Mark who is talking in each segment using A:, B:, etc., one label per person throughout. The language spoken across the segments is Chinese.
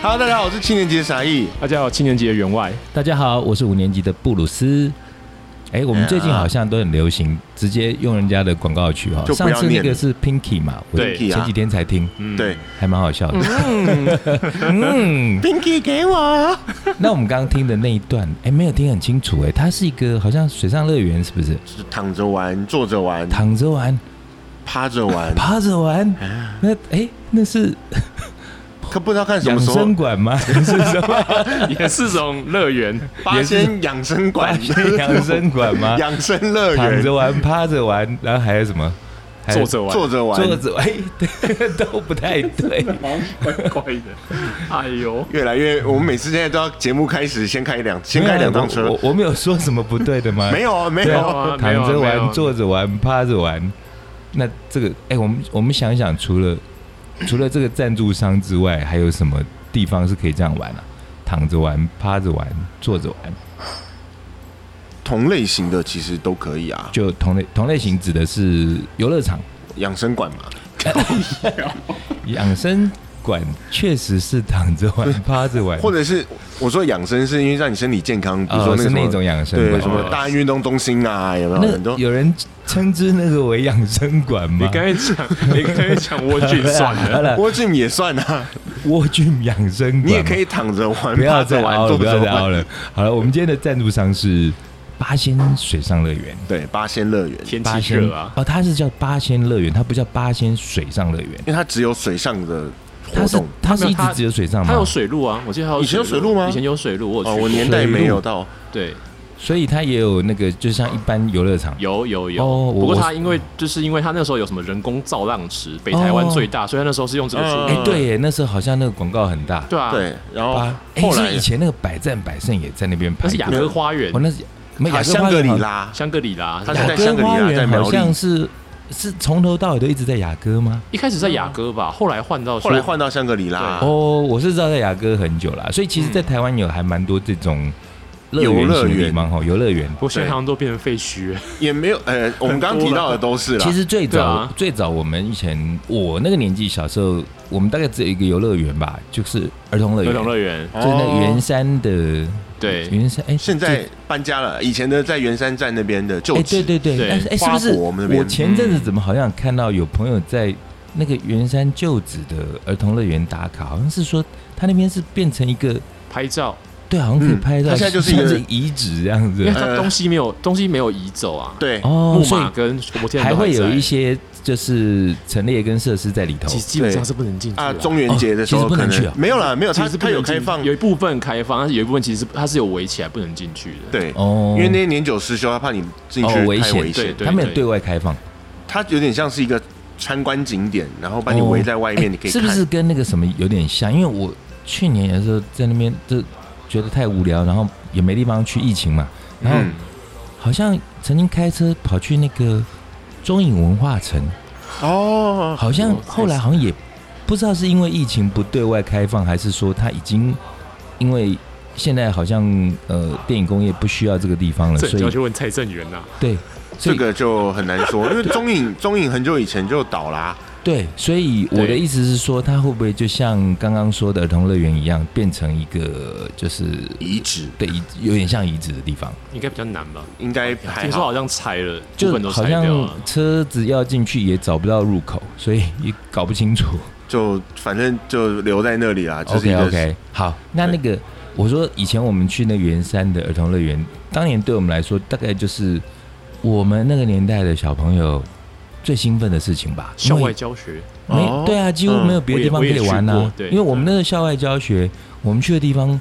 A: Hello，大家好，我是七年级的傻义。
B: 大家好，七年级的员外，
C: 大家好，我是五年级的布鲁斯。哎、我们最近好像都很流行直接用人家的广告曲哈、
A: 啊就不要
C: 上次那
A: 念
C: 个是 Pinky 嘛，我
B: 对
A: 啊
C: 前几天才听，
A: 对
C: 还蛮好笑的。嗯，
A: ，Pinky 给我。 啊
C: 那我们刚刚听的那一段，哎、没有听很清楚、哎，它是一个好像水上乐园是不是？
A: 是躺着玩、坐着玩、
C: 躺着玩，
A: 趴着玩，
C: 趴着玩，那哎、那是
A: 可不知道看什
C: 养
A: 啊么时候
C: 生馆 吗？是什么？
B: 也是种乐园，
A: 八
C: 也是
A: 仙养生馆、？
C: 养生馆吗
A: 养生乐
C: 躺
A: 园
C: 着，玩，趴着玩，然后还有什么？还有
B: 坐着玩，
A: 坐着玩，
C: 坐着玩，哎、 对，都不太对。
B: 怪怪 的。哎呦，
A: 越来越，我们每次现在都要节目开始先开两，先开两趟
C: 没有
A: 车
C: 啊，我我我没有说什么不对的吗？
A: 没有啊，没
C: 对
A: 有
B: 没有
A: 啊，
B: 啊
C: 躺
B: 没
C: 着
B: 有没
C: 玩、
B: 有
C: 坐着玩、趴着玩。那这个，哎、我们我们想一想，除了除了这个赞助商之外，还有什么地方是可以这样玩啊？躺着玩、趴着玩、坐着玩，
A: 同类型的其实都可以啊，
C: 就同类同类型指的是游乐场、
A: 养生馆嘛，
C: 养生馆，确实是躺着玩、趴着玩，
A: 或者是我说养生是因为让你身体健康，比如
C: 呃
A: 说那个
C: 是
A: 什么
C: 那种养生
A: 对
C: 馆哦
A: 什么大安运动中心啊，有没有很
C: 那
A: 多？
C: 有人称之那个为养生馆
B: 你
C: 吗？
B: 刚才讲，你刚才讲蜗居算
C: 好
B: 了，
C: 了，
A: 蜗居也算啊，
C: 蜗居养生馆嘛，
A: 你也可以躺着玩，
C: 不
A: 趴
C: 要
A: 着
C: 再
A: 玩，
C: 凹
A: 坐
C: 了，不
A: 着
C: 要再哦凹
A: 玩，
C: 了。好了，我们今天的赞助商是八仙水上乐园。
A: 对，八仙乐园，
B: 天
C: 八
B: 气
C: 仙
B: 热啊，
C: 哦，它是叫八仙乐园，它不叫八仙水上乐园。
A: 因为它只有水上的
C: 它
A: 活
C: 是
A: 动。
C: 它是一
B: 它没有
C: 直
B: 它
C: 只有水上
B: 它
C: 吗？
B: 有水路啊，我记得它有
A: 以前有水路吗
B: 以前有水路，我有
A: 哦，
B: 去
A: 我
B: 过
A: 年代没有到，
B: 对，
C: 所以它也有那个，就像一般游乐场。
B: 有有有。
C: 哦我
B: 不过它因为就是因为它那时候有什么人工造浪池，北台湾
C: 哦
B: 最大，所以它那时候是用这个出
A: 嗯
B: 名。
C: 哎，对耶，那时候好像那个广告很大。
B: 对啊，
A: 对，然后
C: 八，哎，
A: 后
C: 是
A: 来
C: 以前那个百战百胜也在那边
B: 那
C: 拍过。
B: 是雅阁花园
C: 哦，，那是没
A: 啊
C: 雅
A: 香格里
C: 花园
A: 拉，
B: 香格里拉，它
C: 好，
A: 在
C: 雅
B: 是
A: 香格
C: 阁
A: 里拉
C: 花
A: 在
C: 园
A: 苗栗
C: 好像是是从头到尾都一直在雅阁吗？
B: 一开始在雅阁吧，后来换到
A: 后来换到香格里拉，
C: 哦，我是知道在雅哥很久啦，所以其实，在台湾有还蛮多这种乐园型的地方哈，游乐园。
B: 我现在好像都变成废墟了。
A: 也没有，呃，我们刚刚提到的都是啦。
C: 其实最
B: 对
C: 早、
B: 啊
C: 最早我们以前我那个年纪小时候，我们大概只有一个游乐园吧，就是儿童乐
B: 儿
C: 园，
B: 童乐园，
C: 就是那个圆山的
B: 对，
A: 嗯
C: 圆山哎，
A: 哦现在搬家了，以前的在圆山站那边的
C: 这
A: 旧
C: 哎
A: 址
C: 对，对对
B: 对
C: 哎哎是不
A: 花博我们那
C: 是
A: 边
C: 我前阵子怎么好像看到有朋友在那个圆山旧址的儿童乐园打卡，好像是说他那边是变成一个
B: 拍照，
C: 对，好像可以
A: 嗯
C: 拍到，
A: 它现在就是一个
C: 像遗址这样子，
B: 因为它
A: 呃
B: 东西没有东西没有移走啊。，
A: 对，
C: 哦
B: 木，
C: 所
B: 马
C: 以
B: 跟摩天轮
C: 还
B: 都
C: 会
B: 在
C: 有一，些就是陈列跟设施在里头
B: 其。实基本上是不能进去的
A: 啊，中元节的时
C: 哦
A: 候
C: 其实不
A: 可
C: 能去啊
A: 能没有啦，没有，
B: 其
A: 它
B: 实是不
A: 它
B: 能
A: 有
B: 进
A: 开放，
B: 有一部分开放，但是有一部分其实是它是有围起来不能进去的。
A: 对，
C: 哦
A: 因为那些年久失修，他怕你进去
C: 哦
A: 太
C: 危险
A: 危
B: 对
A: 险，
B: 对
C: 他们有对外开放，
A: 它有点像是一个参观景点，然后把你
C: 哦
A: 围在外面，
C: 哎
A: 你可以
C: 是不
A: 看
C: 是跟那个什么有点像？因为我去年的时候在那边就觉得太无聊，然后也没地方去，疫情嘛，然后
A: 嗯，
C: 好像曾经开车跑去那个中影文化城，
A: 哦，
C: 好像
B: 我
C: 后来好像也不知道是因为疫情不对外开放，还是说他已经因为现在好像呃电影工业不需要这个地方了，
B: 这
C: 所
B: 你要
C: 以
B: 去问蔡正元呐，啊
C: 对，所
A: 这
C: 以
A: 个就很难 说，因为中影中影很久以前就倒啦，
C: 对，所以我的
B: 对
C: 意思是说，它会不会就像刚刚说的儿童乐园一样，变成一个就是
A: 遗址
C: 对遗有点像遗址的地方？
B: 应该比较难吧？
A: 应该还
B: 听说
A: 好
B: 好，像拆了，部
C: 就
B: 分都
C: 好
B: 拆掉啊
C: 像
B: 了。
C: 车子要进去也找不到入口，所以也搞 不清楚。
A: 就反正就留在那里啦，这是一
C: OK
A: 个
C: OK，好，那那个我说以前我们去那个圆山的儿童乐园，当年对我们来说大概就是我们那个年代的小朋友最兴奋的事情吧，因
B: 校
C: 为
B: 外教学，
A: 哦
C: 没对啊，几乎没有别的地方
B: 嗯我
C: 可
B: 也
C: 以玩
B: 我也
C: 呐
B: 去过、对
C: 因为我们那个校外教学，我们去的地方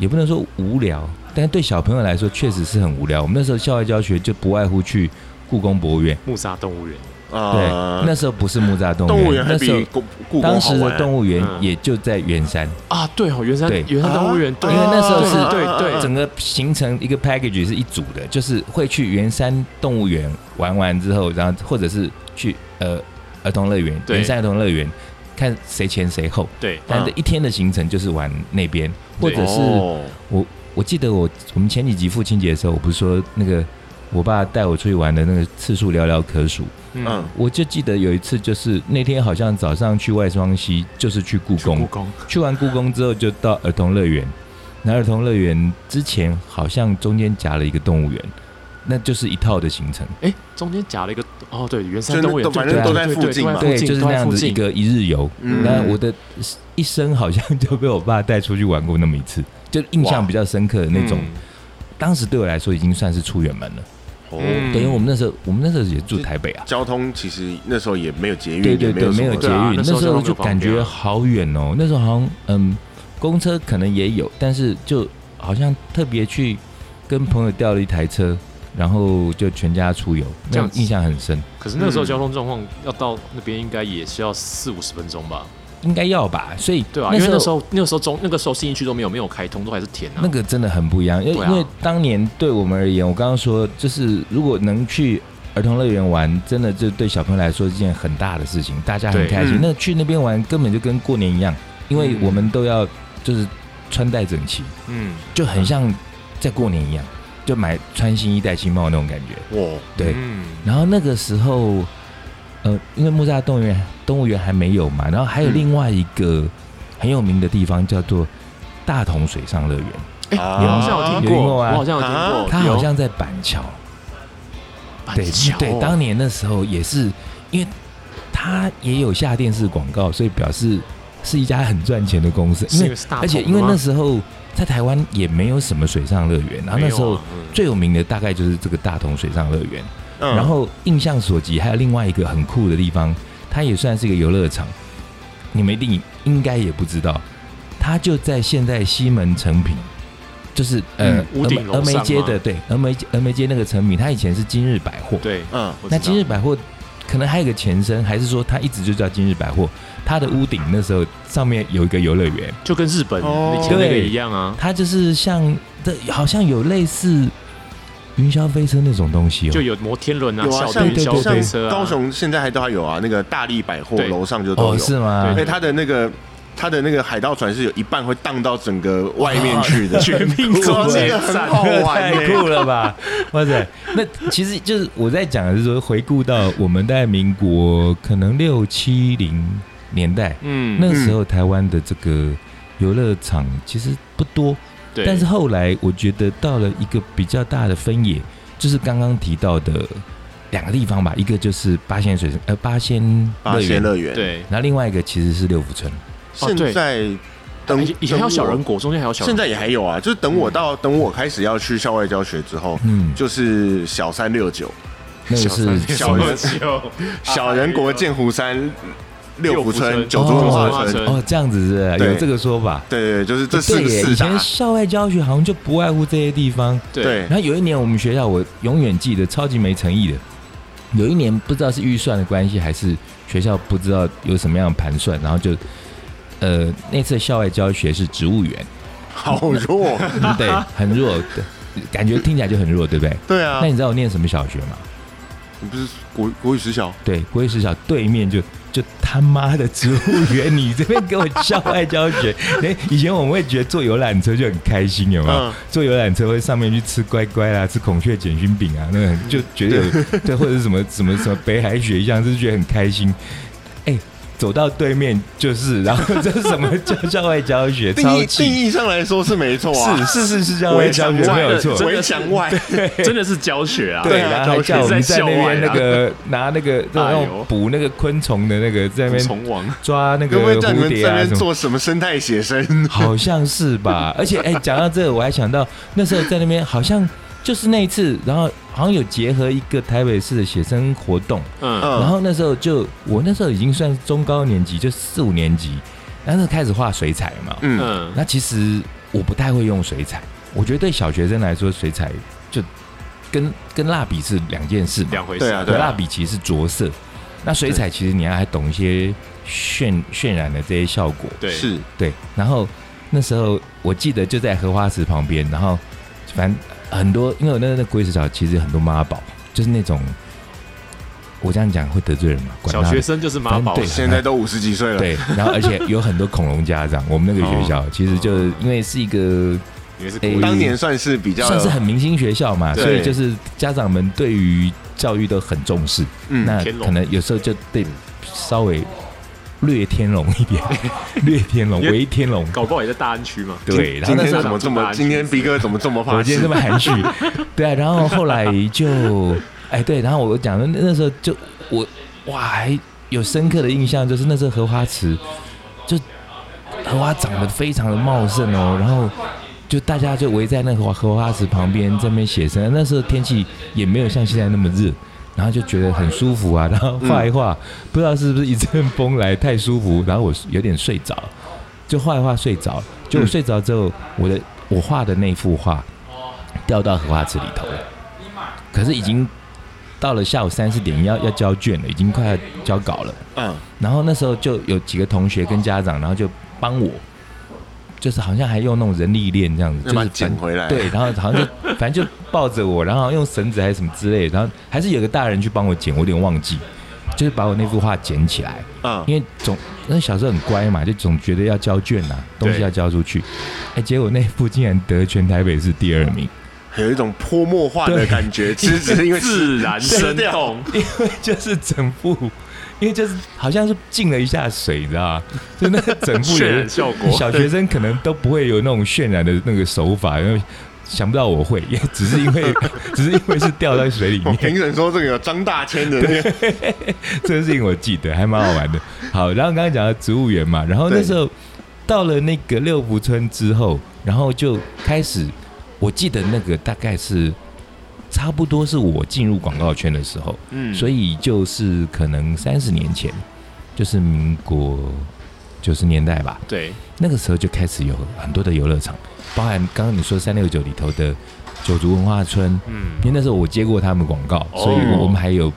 C: 也不能说无聊，但对小朋友来说确实是很无聊。我们那时候校外教学就不外乎去故宫博物院，
B: 木沙动物园，
C: 对，
A: 啊，
C: 那时候不是木栅动
A: 动物
C: 物
A: 园
C: 园，
A: 还
C: 那时候
A: 比故故宫
C: 当时的动
A: 物
C: 物园
B: 嗯
C: 也就在圆山，
B: 啊，对哦，圆山
C: 对
B: 圆山动物
A: 啊
B: 园，对，
C: 因为那时候是
B: 对对对
C: 整个形成一个 package 是一组的，就是会去圆山动物园玩完之后，然后或者是去呃儿童乐园，
B: 对
C: 圆山儿童乐园看谁前谁后。
B: 对，
A: 啊
C: 但这一天的行程就是玩那边，或者是
A: 哦
C: 我我记得我我们前几集父亲节的时候，我不是说那个我爸带我出去玩的那个次数寥寥可数，
A: 嗯
B: 嗯，
C: 我就记得有一次就是那天好像早上去外双溪，就是去故宫
B: 故，宫
C: 去完故宫之后就到儿童乐园，那儿童乐园之前好像中间夹了一个动物园，那就是一套的行程，
B: 哎，中间夹了一个哦，对，圆
A: 就
B: 山
A: 那
B: 动物园，
A: 都反
B: 对
C: 正都在
B: 对
A: 附
B: 对
A: 近嘛
B: 都在
C: 对，
B: 附近
C: 就是
B: 都
C: 那
B: 在
C: 样
B: 附
C: 子
B: 近
C: 一个一日游。
A: 嗯
C: 那我的一生好像 就被我爸带出去玩过那么一次，就印象比较深刻的那种。
B: 嗯
A: 嗯
C: 当时对我来说已经算是出远门了，
A: 哦，
B: 嗯
C: 对，因为我们那时候我们那时候也住台北啊，
A: 交通其实那时候也没有捷运，
C: 对对对，没有捷
A: 捷
B: 对啊
C: 运，
B: 那时
C: 那
B: 候
C: 时
B: 交
C: 候
B: 通没
C: 就
B: 有方
C: 感觉
B: 便啊
C: 好远哦。那时候好像嗯，公车可能也有，但是就好像特别去跟朋友调了一台车，然后就全家出游，
B: 这
C: 那
B: 样
C: 种印象很深，
B: 可是那时候交通状况要到那边应该也是要四五十分钟吧？
C: 应该要吧？所以
B: 对啊，因为那时
C: 候。
B: 候那时候中那个时候新一区都没有没有开通，都还是田啊
C: 那。个真的很不一样，因为、
B: 对啊
C: 因为当年对我们而言，我刚刚说，就是如果能去儿童乐园玩，真的就对小朋友来说是一件很大的事情，大家很
B: 对
C: 开心
A: 嗯。
C: 那去那边玩根本就跟过年一样，因为
B: 嗯
C: 我们都要就是穿戴整齐，
B: 嗯，
C: 就很像在过年一样，就买穿新衣戴新帽那种感觉。
A: 哇，
C: 对，
B: 嗯
C: 然后那个时候，呃，因为木栅动物园动物园还没有嘛，然后还有
A: 嗯
C: 另外一个很有名的地方叫做大同水上乐园，
B: 哎，
A: 啊
B: 我好像有听
C: 有听
B: 过，
C: 过
B: 我
C: 啊
B: 好哦像有哦听
A: 啊
B: 过，
C: 它好像在板桥。
B: 板
C: 对
B: 桥
C: 对，当年那时候也是，因为它也有下电视广告，所以表示是一家很赚钱的公司。
B: 是
C: 因
B: 因
C: 为
B: 为是大同
C: 而
B: 的
C: 且
B: 吗
C: 因为那时候在台湾也没有什么水上乐园，然后
B: 没
C: 那时
B: 有
C: 候
B: 啊嗯
C: 最有名的大概就是这个大同水上乐园。
A: 嗯
C: 然后印象所及，还有另外一个很酷的地方，它也算是一个游乐场，你们一定应该也不知道，它就在现在西门成品，就是呃
A: 嗯
B: 屋顶
C: 峨峨
B: 楼
C: 眉
B: 上
C: 街
B: 吗
C: 的对峨眉峨眉街那个成品，它以前是今日百货，
B: 对，
A: 嗯，
B: 我知道
C: 那今日百货可能还有一个前身，还是说它一直就叫今日百货，它的屋顶那时候上面有一个游乐园，
B: 就跟日本
A: 哦
B: 以前那个一样啊，
C: 它就是像这好像有类似云霄飞车那种东西哦，
B: 就有摩天轮啊、
A: 有啊，
B: 小
A: 像
B: 的云
C: 对
B: 霄
C: 对
B: 飞
C: 对
B: 车
A: 像
B: 啊，
A: 高雄现在还都还有啊，那个大力百货
B: 对
A: 楼上就都
C: 哦
A: 有，
C: 是吗
A: 哎、
B: 对？
A: 它的那个它的那个海盗船是有一半会荡到整个外面去的，
B: 绝命
A: 哇
B: 终
A: 这
B: 结
A: 个 很
B: 站
A: 好 玩、
C: 太
A: 欸，
C: 酷了吧！哇塞，那其实就是我在讲的是说，回顾到我们在民国可能六七零年代、
B: 嗯，
C: 那时候，台湾的这个游乐场其实不多，
B: 对，
C: 但是后来我觉得到了一个比较大的分野，就是刚刚提到的两个地方吧，一个就是八仙水呃八仙
A: 八
C: 乐
A: 仙
C: 园，
A: 乐园，，
B: 对，
C: 然后另外一个其实是六福村。
A: 现
B: 哦对
A: 在等
B: 以前还有小人
A: 等
B: 国，中间还有
A: 我
B: 小人
A: 现
B: 国，
A: 在也还有啊，就是等我到、等我开始要去校外教学之后，
C: 嗯，
A: 就是小三六九、
C: 那个是
A: 小人
B: 球，
A: 小人国、剑湖山、六福
B: 六福
A: 村、
B: 村
A: 九族文
B: 九族
A: 化
B: 文化
A: 村，
B: 村
C: 哦，这样子是不是
A: 对
C: 有这个说法。
A: 对对对，就是啊这四
C: 对
A: 个
C: 耶，
A: 四
C: 以
A: 大
C: 前，校外教学好像就不外乎这些地方。
B: 对，
C: 然后有一年我们学校，我永远记得超级没诚意的。有一年不知道是预算的关系，还是学校不知道有什么样的盘算，然后就，呃，那次校外教学是植物园，
A: 好弱，
C: 嗯 对，很弱的，感觉听起来就很弱，对不对？
A: 对啊
C: 那，你知道我念什么小学吗？
A: 你不是国国语实小，
C: 对，国语实小对面就就他妈的植物园，你这边给我校外教学。哎，以前我们会觉得坐游览车就很开心，有没有？
A: 嗯
C: 坐游览车会上面去吃乖乖啦，吃孔雀卷心饼啊，那个很就觉得有 对，或者是什么什么什么北海雪一样，就是觉得很开心。哎，走到对面就是，然后这是什么叫校外教学？
A: 定
C: 超
A: 义定
C: 气！
A: 义上来说是没错啊，
C: 是是是是校外
A: 围
C: 教
A: 墙
C: 学没
A: 外
C: 有错，
A: 围墙外，
B: 真的是教学啊，
C: 对，
A: 啊
C: 然后
A: 教
C: 还
A: 学
C: 叫我们
B: 在
C: 在那
B: 校外
C: 边那
B: 啊
C: 个拿那个那
B: 哎
C: 种
B: 呦
C: 捕那个昆虫的那个在那边
B: 虫王，
C: 抓那个
A: 有没有叫你
C: 蝴
A: 们
C: 蝶
A: 这
C: 啊
A: 边
C: 什么，
A: 做什么生态写 生？
C: 好像是吧？而且哎，讲、到这个，我还想到那时候在那边好像就是那一次，然后好像有结合一个台北市的写生活动，
B: 嗯，
C: 然
A: 嗯，
C: 后那时候就我那时候已经算是中高年级，就四五年级，然后开始画水彩嘛。
A: 嗯，
B: 嗯，
C: 那其实我不太会用水彩，我觉得对小学生来说，水彩就跟跟蜡笔是两件事嘛。
B: 两回事，
A: 对啊
C: 蜡笔其实是着色，那水彩其实你要还懂一些渲渲染的这些效果，
B: 对，
A: 是
C: 对，然后那时候我记得就在荷花池旁边，然后反正很多，因为我那那龟石桥其实很多妈宝，就是那种我这样讲会得罪人嘛，管他
B: 小学生就是妈宝
C: 反正对
A: 现在都五十几岁了，，
C: 对，然后而 且有很多恐龙家长，我们那个学
A: 哦
C: 校其实就是因为是一个
B: 也是
C: 哎
A: 当年算是比较
C: 算是很明星学校嘛，
A: 对
C: 所以就是家长们对于教育都很重视，
A: 嗯
C: 那
B: 天龙
C: 可能有时候就对稍微略天龙 一点，略天龙，
B: 因为
C: 为天龙。
B: 搞不好也在大安区嘛。
C: 对，然后
A: 今
C: 那
A: 天
C: 时候
A: 怎么这么？今天逼哥怎么这么怕
C: 我今天这
A: 事？
C: 么含蓄，对啊，然后后来就，哎，对，然后我讲的那那时候就我哇，还有深刻的印象，就是那时候荷花池，就荷花长得非常的茂盛哦，然后就大家就围在那荷花荷花池旁边这边写生，那时候天气也没有像现在那么热。然后就觉得很舒服啊，然后画一画，不知道是不是一阵风来太舒服，然后我有点睡着，就画一画睡着了，结
A: 嗯
C: 果睡着之后，我的我画的那幅画掉到荷花池里头了，可是已经到了下午三四点，要要交卷了，已经快要交稿了。
A: 嗯，
C: 然后那时候就有几个同学跟家长，然后就帮我，就是好像还用那种人力链这样子，
A: 要
C: 就
A: 把
C: 是
A: 它捡
C: 反
A: 回来
C: 对，然后 好像就反正就抱着我，然后用绳子还是什么之类的，然后还是有个大人去帮我捡，我有点忘记，就是把我那幅画捡起来。
A: 嗯，
C: 因为总那小时候很乖嘛，就总觉得要交卷呐、东西
B: 对
C: 要交出去。哎、结果那部竟然得全台北市第二名，
A: 有一种泼墨画的
C: 对
A: 感觉，其实只是因为
B: 自然生
A: 掉
B: 动，
C: 因为就是整部，因为就是好像是浸了一下水，你知道吗？就那个整部
B: 渲
C: 人
B: 染效果
C: 小学生可能都不会有那种渲染的那个手法，因为想不到我会，也只是因为 只是因为是掉在水里
A: 我
C: 面。
A: 评审说这个有张大千的那 个，
C: 这个事情我记得，还蛮好玩的。好，然后刚刚讲到植物园嘛，然后那时候到了那个六福村之后，然后就开始，我记得那个大概是差不多是我进入广告圈的时候，
A: 嗯
C: 所以就是可能三十年前，就是民国九十年代吧，
B: 对，
C: 那个时候就开始有很多的游乐场，包含刚刚你说三六九里头的九族文化村，
B: 嗯
C: 因，为那时候我接过他们广告，
B: 哦
C: 所以我们还有，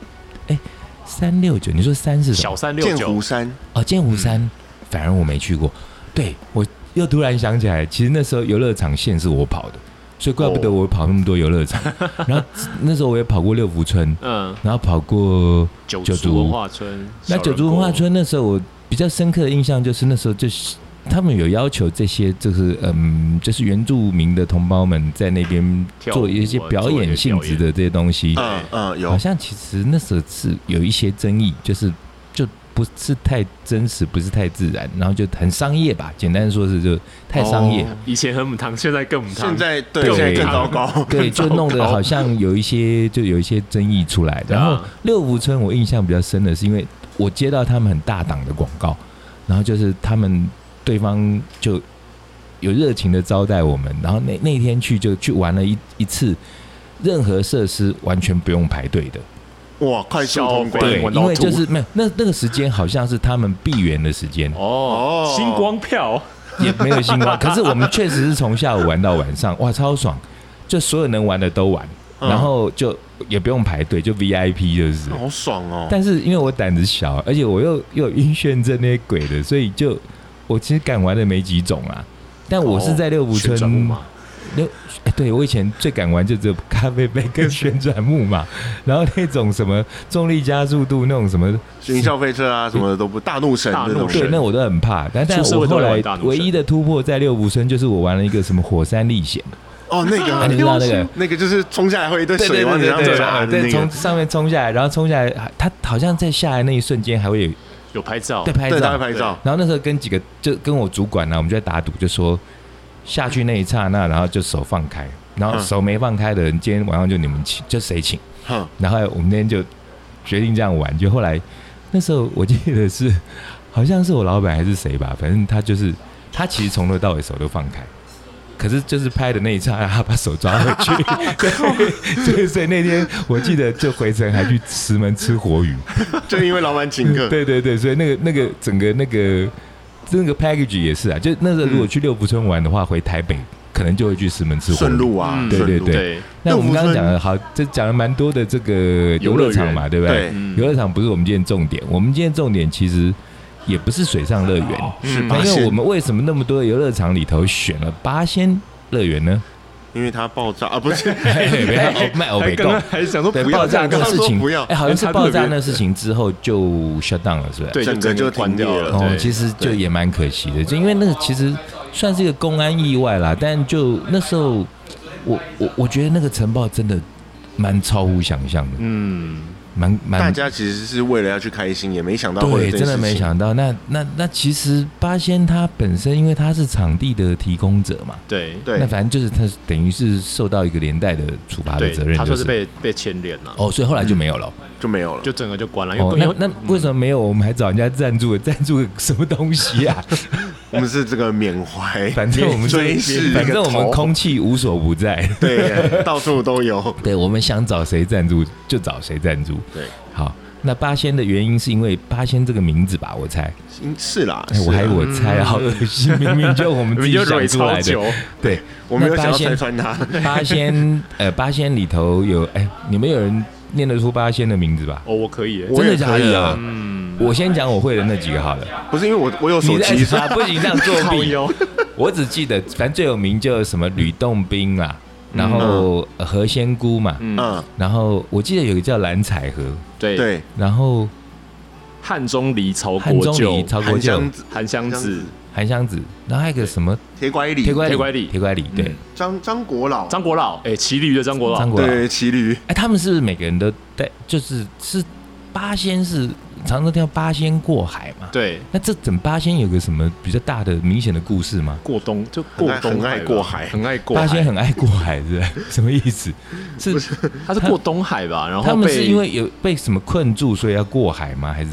C: 哎，三六九，你说三是什
B: 小
C: 么？
B: 三嗯六
A: 剑湖
B: 九，
A: 山，
C: 哦，剑湖山，反而我没去过。对我又突然想起来，其实那时候游乐场线是我跑的，所以怪不得
B: 哦
C: 我跑那么多游乐场。然后那时候我也跑过六福村，
B: 嗯，
C: 然后跑过
B: 九
C: 九
B: 族
C: 族
B: 文化村，
C: 那九族文化村。那时候我比较深刻的印象就是那时候就是。他们有要求这些，就是嗯，就是原住民的同胞们在那边
B: 跳舞啊
C: 做一些表
B: 做一
C: 演
B: 些
C: 性
B: 表
C: 质
B: 演
C: 的这些东西，
A: 嗯嗯，有
C: 好像其实那时候是有一些争议，就是就不是太真实，不是太自然，然后就很商业吧，简单说是就太商业，
A: 哦
B: 以前很母汤，现在更母汤。
A: 现在对
C: 对
A: 现在更糟糕，
C: 对，就弄得好像有一些就有一些争议出来。
B: 对
C: 然
B: 啊
C: 后六福村我印象比较深的是，因为我接到他们很大档的广告，然后就是他们对方就有热情的招待我们，然后那那天去就去玩了一一次，任何设施完全不用排队的。
A: 哇，快速通关，
B: 对闻到
C: 因为
B: 吐
C: 就是没有那那个时间好像是他们闭园的时间，
B: 哦
A: 哦，
B: 星光票，
C: 也没有星 光。可是我们确实是从下午玩到晚上，哇，超爽！就所有能玩的都玩，
A: 嗯
C: 然后就也不用排队，就 VIP 就是。
A: 好爽哦，
C: 但是因为我胆子小，而且我又又有晕眩症那些鬼的，所以就我其实敢玩的没几种啊。但我是在六福
B: 旋
C: 村
B: 转木马，
C: 六，哎对我以前最敢玩就只有咖啡杯跟旋转木马，然后那种什么重力加速度那种什么
A: 云霄飞车啊什么的都不，大怒神
B: 大
A: 那种
B: 怒神
C: 对，
A: 人
C: 那我都很怕。但但
B: 出社
C: 我
B: 会都
C: 后
B: 会
C: 来
B: 玩大怒神
C: 唯一的突破在六福村，就是我玩了一个什么火山历险，
A: 哦，那个
C: 啊你知道那个
A: 那个就是冲下来会一堆水往
C: 对啊
A: 你身上砸
C: 对
A: 的
C: 对，
A: 那
C: 从
A: 个，
C: 上面冲下来，然后冲下来，还它好像在下来那一瞬间还会有
B: 有拍照
C: 在，拍
A: 对，他
C: 照
A: 会，拍照，
C: 然后那时候跟几个就跟我主管呢、我们就在打赌，就说下去那一刹那，然后就手放开，然后
A: 嗯
C: 手没放开的人，今天晚上就你们请，就谁请。
A: 哼，
C: 然后我们那天就决定这样玩，就后来那时候我记得是好像是我老板还是谁吧，反正他就是他其实从头到尾手都放开。可是就是拍的那一刹那，他把手抓回去，对，所以所以那天我记得就回程还去石门吃活鱼，
A: 就因为老板请客，
C: 对对对，所以那个那个整个那个那个 package 也是啊，就那个如果去六福村玩的话，回台北可能就会去石门吃火
A: 顺
C: 锅。
A: 路啊，
B: 嗯
A: 顺
C: 对
A: 路
C: 对
B: 对，
C: 那我们刚
A: 六福
C: 刚
A: 村
C: 讲的好，这讲了蛮多的这个游乐场嘛，对不对
A: 对？
B: 嗯
C: 游乐场不是我们今天重点，我们今天重点其实也不是水上乐园，
A: 是
C: 那
A: 八
C: 因为
A: 仙
C: 我，们为什么那么多的游乐场里头选了八仙乐园呢？
A: 因为它爆炸啊，不是
C: 没有哦卖欧
B: 哎还
C: 美
B: 刚
C: 购
B: 刚。还想说
C: 对
B: 不
C: 爆
B: 要
C: 炸
B: 这样，
C: 那个
B: 刚
C: 事
B: 刚
C: 情
B: 说，
A: 不要
C: 哎，好像是爆炸那事情之后就 shut down 了，是不是？
B: 对，
A: 整个就
B: 就
A: 停
B: 关
A: 掉
B: 掉
A: 了
C: 哦
B: 对，，
C: 其实就也蛮可惜的，就因为那个其实算是一个公安意外啦，但就那时候，我我我觉得那个晨报真的蛮超乎想象的，
B: 嗯，
C: 蛮 蛮
A: 大家其实是为了要去开心，也没想到会有
C: 对，
A: 这
C: 真
A: 件
C: 的
A: 事
C: 没
A: 情
C: 想到。那那那其实八仙他本身，因为他是场地的提供者嘛，
B: 对
C: 那
A: 对，
C: 反正就是他等于是受到一个连带的处罚的责
B: 对，
C: 任，
B: 他
C: 就
B: 算是被被牵连了，
C: 哦，所以后来就没有了。
A: 就没有了。
B: 就整个就关了，因
C: 哦
B: 为，
C: 那那为什
B: 么？
C: 么没有？我们还找人家赞助，赞助个什么东西啊？
A: 我们是这个缅怀，
C: 反正我们是
A: 追视那
C: 反
A: 个
C: 正我们
A: 头
C: 空气无所不在，
A: 对，到处都有。
C: 对，我们想找谁赞助就找谁赞助。
A: 对，
C: 好，那八仙的原因是因为八仙这个名字吧？我猜，
A: 嗯是啦，
C: 哎
A: 是嗯
C: 我还
A: 啦
C: 我猜啊，好可惜， 明明就我们
B: 我
C: 自
B: 们
C: 己
B: 就
C: 想
B: 蕊
C: 出
B: 超
C: 来的
B: 久。，
C: 对，
A: 我没有想要
C: 那八仙
A: 拆穿他，
C: 八仙，呃，八仙里头有，哎，你们有人念得出八仙的名字吧？
B: 哦，我可以耶，
A: 我
C: 真
A: 也
C: 的假
A: 可以
C: 的
A: 啊
C: 啊？
B: 嗯，
C: 我先讲我会的那几个好了。
A: 不是因为我我有手
C: 你在
A: 机，所以
C: 啊，不行这样作
B: 靠
C: 弊。
B: 腰，
C: 我只记得，反正最有名就什么吕洞宾啦，然后呃何仙姑嘛，
B: 嗯，
A: 嗯，
C: 然后我记得有个叫蓝采和，
B: 对，
A: 对，
C: 然后
B: 汉中离曹
C: 汉
B: 国
C: 中
B: 舅
C: 里、曹国
A: 韩
C: 舅
A: 湘、子、
B: 韩湘子、
C: 韩湘子，然后还有一个什么
A: 铁拐李、
C: 铁拐
B: 铁拐李
C: 铁拐李，对
B: 嗯，
A: 张张国老、
B: 张国老，哎，骑驴的张国老
C: 张，国老。
A: 对骑驴，
C: 哎，他们是不是每个人都带，就是是八仙是常常听到八仙过海嘛？。
B: 对，
C: 那这整八仙有个什么比较大的明显的故事吗？
B: 过冬就过
A: 爱
B: 冬
A: 很爱
B: 吧
A: 过海
B: 很爱过
C: 八仙
B: 海，
C: 很爱过海是不是 什么意思？是
B: 他是过东海吧？然后
C: 他们是
B: 被
C: 因为有被什么困住，所以要过海吗？还是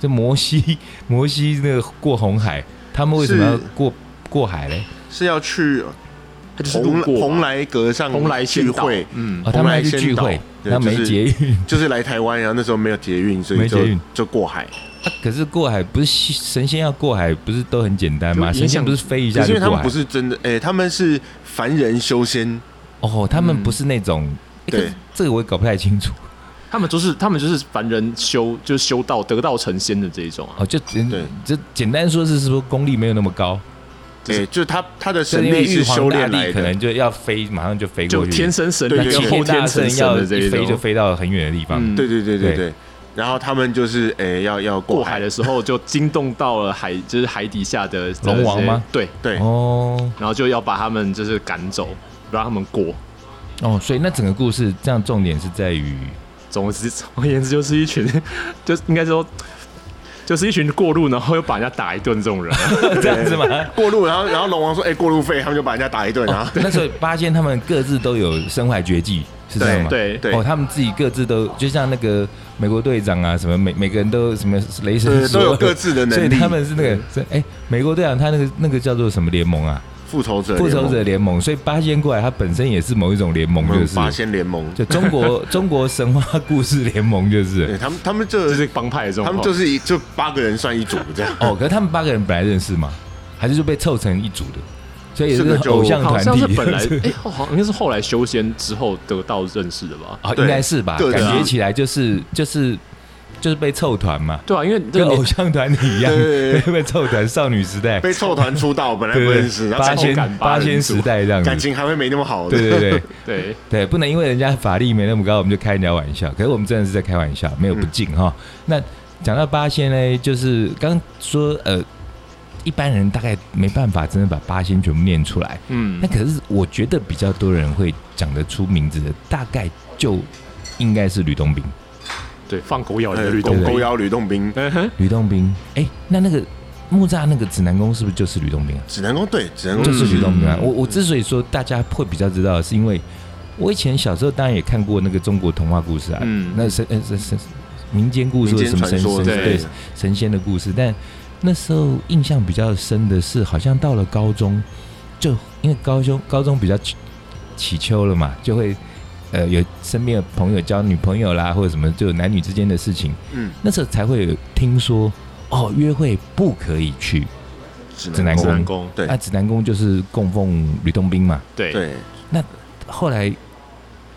C: 这摩西 摩西那个过红海，他们为什么要
A: 是
C: 过过海嘞？
A: 是要去
B: 他就是路
A: 蓬
B: 过
A: 蓬
B: 莱
A: 莱阁上
B: 蓬莱仙
A: 聚
B: 岛
A: 会，
B: 嗯
C: 哦，他
A: 蓬
C: 们
A: 莱
C: 还去
A: 仙
C: 聚
A: 岛
C: 会，
A: 对
C: 那
A: 就
C: 没
A: 是
C: 捷运。
A: 就是来台湾，然后那时候没有捷运，所以
C: 没
A: 就
C: 捷运
A: 就过海，
C: 啊可是过海不是神仙要过海，不是都很简单吗？
B: 就
C: 神
B: 影
C: 仙
B: 响
C: 不是飞一
A: 可
C: 下
A: 是因
C: 就
A: 为他
C: 过
A: 们
C: 海
A: 不？是真的，哎，他们是凡人修仙，
C: 哦，他们
B: 嗯
C: 不是那种。哎
A: 对，
C: 可是这个我也搞不太清楚。
B: 他们就是他们就是凡人修就是修道得道成仙的这一种啊，
C: 哦，就简
A: 对
C: 就简单说是说功力没有那么高，
A: 哎，就他他的
C: 就
A: 神
C: 因为
A: 力
C: 玉
A: 是
C: 皇
A: 修
C: 大
A: 炼来
C: 帝可能
A: 的，
C: 就要飞，马上就飞
B: 就
C: 过去。
B: 天生神
A: 对
B: 力
C: 那
A: 对
C: 齐
A: 对
B: 后
C: 天
B: 天
C: 大
B: 成
C: 圣
B: 神
C: 要
B: 的
C: 一
B: 这一
C: 飞就
B: 种。
C: 飞到很远的地方。
B: 嗯
A: 对对对对
C: 对
A: 对，然后他们就是哎要要
B: 过
A: 过
B: 海
A: 海
B: 的，时候就惊动到了海，就是海底下的的
C: 龙王吗
B: 这些对，
A: 对，
C: 哦
B: 然后就要把他们就是赶走，不让他们过。
C: 哦，所以那整个故事这样重点是在于
B: 总之， 总而言之，就是一群， 就应该说，就是一群过路，然后又把人家打一顿这种人啊。
C: 这样子吗？
A: 过路，然后然后龙王说哎过路费，他们就把人家打一顿啊，
C: 那时候八仙他们各自都有身怀绝技，是这样吗？
B: 对
A: 对
C: 哦，他们自己各自都就像那个美国队长啊，什么每每个人都什么雷神
A: 对
C: 索
A: 都
C: 尔
A: 有各自的能
C: 所以
A: 力
C: 他们是那个是哎、美国队长他那个那个叫做什么联盟啊？
A: 复仇者
C: 复
A: 联盟
C: 仇者联盟。所以八仙过来，他本身也是某一种联盟，就是
A: 八仙联盟，
C: 就 中国中国神话故事联盟，就是。
A: 对他们他们这
B: 就是帮派的这种，
A: 他们就是一就八个人算一组这样
C: 哦，可是他们八个人本来认识吗？还是就被凑成一组的？所以也
A: 这个
C: 是
A: 就
C: 偶像
B: 好
C: 团
B: 像是，
C: 体
B: 本 来 哎、好像应该是后来修仙之后得到认识的吧？
C: 啊，
A: 对
C: 应该是吧？
A: 各自
C: 感觉起来就是就是就是被凑团嘛，
B: 对啊，因为这
C: 跟
B: 个
C: 偶像团体一样，
A: 对对对
C: 被凑团，少女时代，
A: 被凑团出道，本来不认识，然后
C: 八
A: 感情
C: 仙
B: 感
C: 八
B: 八
C: 仙
B: 人组
C: 时代这样
A: 感
C: 子，
A: 情还会没那么好的。
C: 对对对
B: 对
C: 对，不能因为人家法力没那么高，我们就开人家玩笑。可是我们真的是在开玩笑，没有不敬哈。那讲到八仙呢，就是刚说呃，一般人大概没办法真的把八仙全部念出来。
B: 嗯
C: 那，可是我觉得比较多人会讲得出名字的，大概就应该是吕洞宾。
B: 对，放狗咬人
A: 呃
B: 的律
A: 狗
B: 动
A: 狗
B: 哎狗咬，
A: 咬吕洞宾，
B: 嗯哼，
C: 吕洞宾，哎、那那个木栅那个指南宫是不是就是吕洞宾啊？
A: 指南宫对指南宫
C: 就是吕洞宾啊！
B: 嗯
C: 我我之所以说大家会比较知道，是因为我以前小时候当然也看过那个中国童话故事啊，
B: 嗯
C: 那神呃神神民间故事
A: 民
C: 或
A: 间
C: 什么神
A: 传说
C: 神
A: 之类
C: 对
A: 的
C: 神仙的故事，但那时候印象比较深的是，好像到了高中，就因为高中高中比较起起秋了嘛，就会。呃，有身边的朋友交女朋友啦，或者什么，就有男女之间的事情，
A: 嗯
C: 那时候才会有听说哦，约会不可以去
A: 指
C: 指南
A: 宫
C: 宫
B: 南宫，
A: 对
C: 那指南宫就是供奉吕洞宾嘛。
B: 对
A: 对，
C: 后来